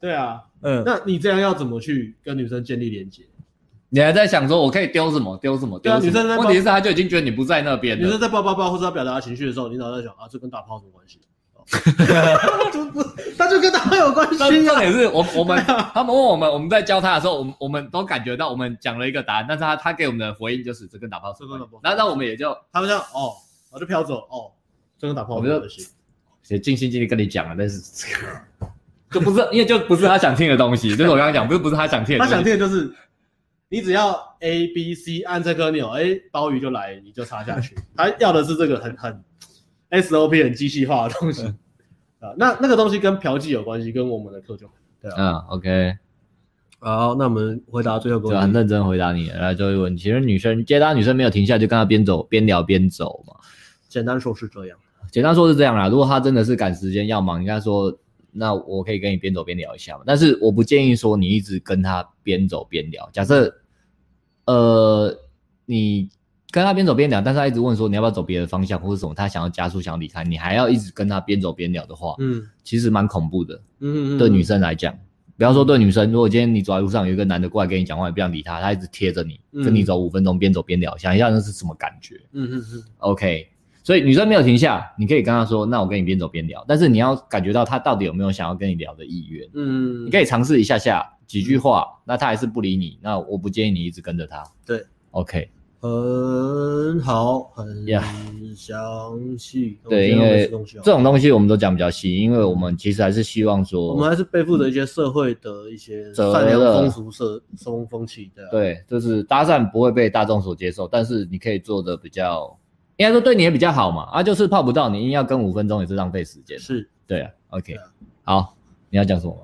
对啊，
嗯，
那你这样要怎么去跟女生建立连接？
你还在想说我可以丢什么丢什么
对
丢
啊
什
女生在
么？
帮
问题是他就已经觉得你不在那边
女生
了。
在抱抱抱或者要表达情绪的时候，你脑袋想啊，这跟打炮有什么关系？哦 *laughs* 就不，他就跟打炮有关
那
系
重
啊。
点是我我们
*laughs* 对啊
他们问我们我们在教他的时候，我们我们都感觉到我们讲了一个答案，但是他他给我们的回应就是这跟打炮有什么
这跟
关
打
系那
炮，
那我们也就
他们这样哦，然后就飘走哦，这跟打炮有什么关系？
也尽心尽力跟你讲了，但是 *laughs* 就不是因为就不是他想听的东西，就是我刚刚讲，不是不是他想听的
他
东
想
西。
听的就是，你只要 A B C 按这颗钮，哎、鲍鱼就来，你就插下 *laughs* 去。他要的是这个很很 SOP 很机器化的东西啊。那那个东西跟嫖妓有关系，跟我们的课就对啊。
嗯，OK，
好，那我们回答最后一
就很认真回答你了。来，最后一个问题，其实女生接单女生没有停下来，就跟她边走边聊边走嘛。
简单说是这样。
简单说是这样啦，如果他真的是赶时间要忙，应该说那我可以跟你边走边聊一下嘛。但是我不建议说你一直跟他边走边聊。假设呃你跟他边走边聊，但是他一直问说你要不要走别的方向或者什么，他想要加速想要离开，你还要一直跟他边走边聊的话，
嗯
其实蛮恐怖的。
嗯
对女生来讲，不要说对女生，如果今天你走在路上有一个男的过来跟你讲话，你不想理他，他一直贴着你，跟你走五分钟边走边聊，想一下那是什么感觉？
嗯嗯嗯
OK，所以女生没有停下，你可以跟她说，那我跟你边走边聊，但是你要感觉到她到底有没有想要跟你聊的意愿，
嗯
你可以尝试一下下几句话，那她还是不理你，那我不建议你一直跟着她。
对
，OK，
很好，很
Yeah
详细。
对，因为这种东西我们都讲比较细，因为我们其实还是希望
我
说，
们还是背负着一些社会的一些
责
善良
任
风俗、社风风气啊的。，
对，就是搭讪不会被大众所接受，但是你可以做的比较，应该说对你也比较好嘛，啊，就是泡不到你硬要跟五分钟也是浪费时间。
是
对啊，OK，
对啊
好，你要讲什么吗？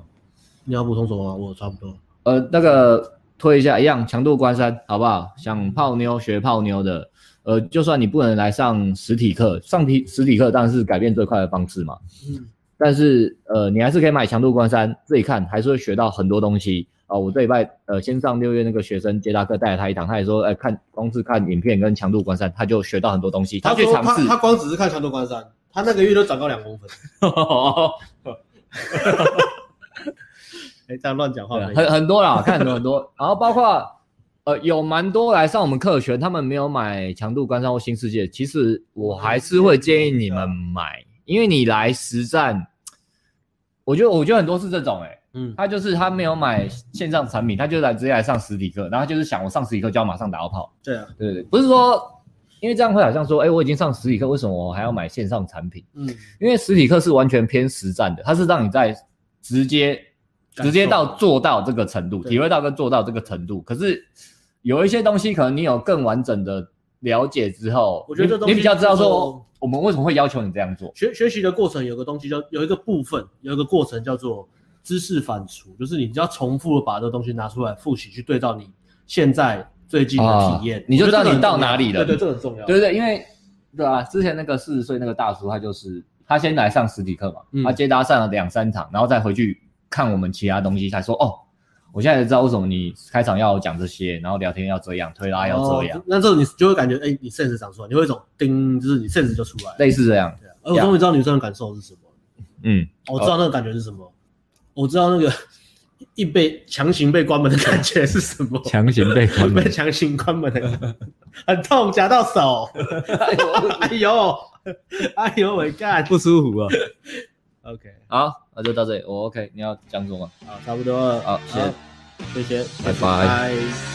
你要补充什么吗？我差不多。
呃，那个推一下一样，强度关山，好不
嗯
好？想泡妞学泡妞的，呃，就算你不能来上实体课，上体实体课当然是改变最快的方式嘛。
嗯，
但是呃，你还是可以买强度关山自己看，还是会学到很多东西啊、我这礼拜呃，先上六月那个学生接大课带了他一堂，他也说，哎、看光是看影片跟强度关山，他就学到很多东西，
他
去
说
尝
他
试
他。光只是看《强度关山》，他那个月都长高两公分。
*laughs*
哎，这样乱讲话
对啊
可以
很很多啦， *laughs* 看很多很多，然后包括呃有蛮多来上我们课学，他们没有买强度关山或新世界，其实我还是会建议你们买，因为你来实战，我觉得我觉得很多是这种哎、欸
嗯
他就是他没有买线上产品，他就来直接来上实体课，然后他就是想我上实体课就要马上打到炮，
对啊，
对对对，不是说因为这样会好像说，哎、我已经上实体课，为什么我还要买线上产品？
嗯，
因为实体课是完全偏实战的，它是让你在直接
感
直
受
接到做到这个程度，
对
体会到跟做到这个程度。可是有一些东西，可能你有更完整的了解之后，
我觉得这
你
东
你
西
比较知道
叫
说
做
我们为什么会要求你这样做。
学学习的过程有个东西叫有一个部分有一个过程叫做知识反刍，就是你只要重复的把这个东西拿出来复习，去对照你现在最近的体验，
啊你就知道
我觉得这个很
你到
重要
哪里了
对对，这个很重要。
对对，因为对啊，之前那个四十岁那个大叔，他就是他先来上实体课嘛，
嗯
他接搭上了两三堂，然后再回去看我们其他东西，才说哦，我现在才知道为什么你开场要讲这些，然后聊天要这样，推拉要这样，
哦那这种你就会感觉，哎、你 sense 长出来，你会有一种叮，就是你 sense 就出来了。
类似这样。
对啊，而我终于知道女生的感受是什么了。
嗯，
我知道那个感觉是什么，我知道那个 *laughs* 一被强行被关门的感觉是什么，
强行被关门
*laughs* 被，强行关门的感觉，很痛，夹到手，
*laughs*
*laughs* 哎呦，哎呦，My God，OK，、
*laughs* 不舒服啊。
OK，
好，那就到这里。我 OK，你要讲什么？
好，差不多了，
好谢谢
谢谢，
拜拜
拜拜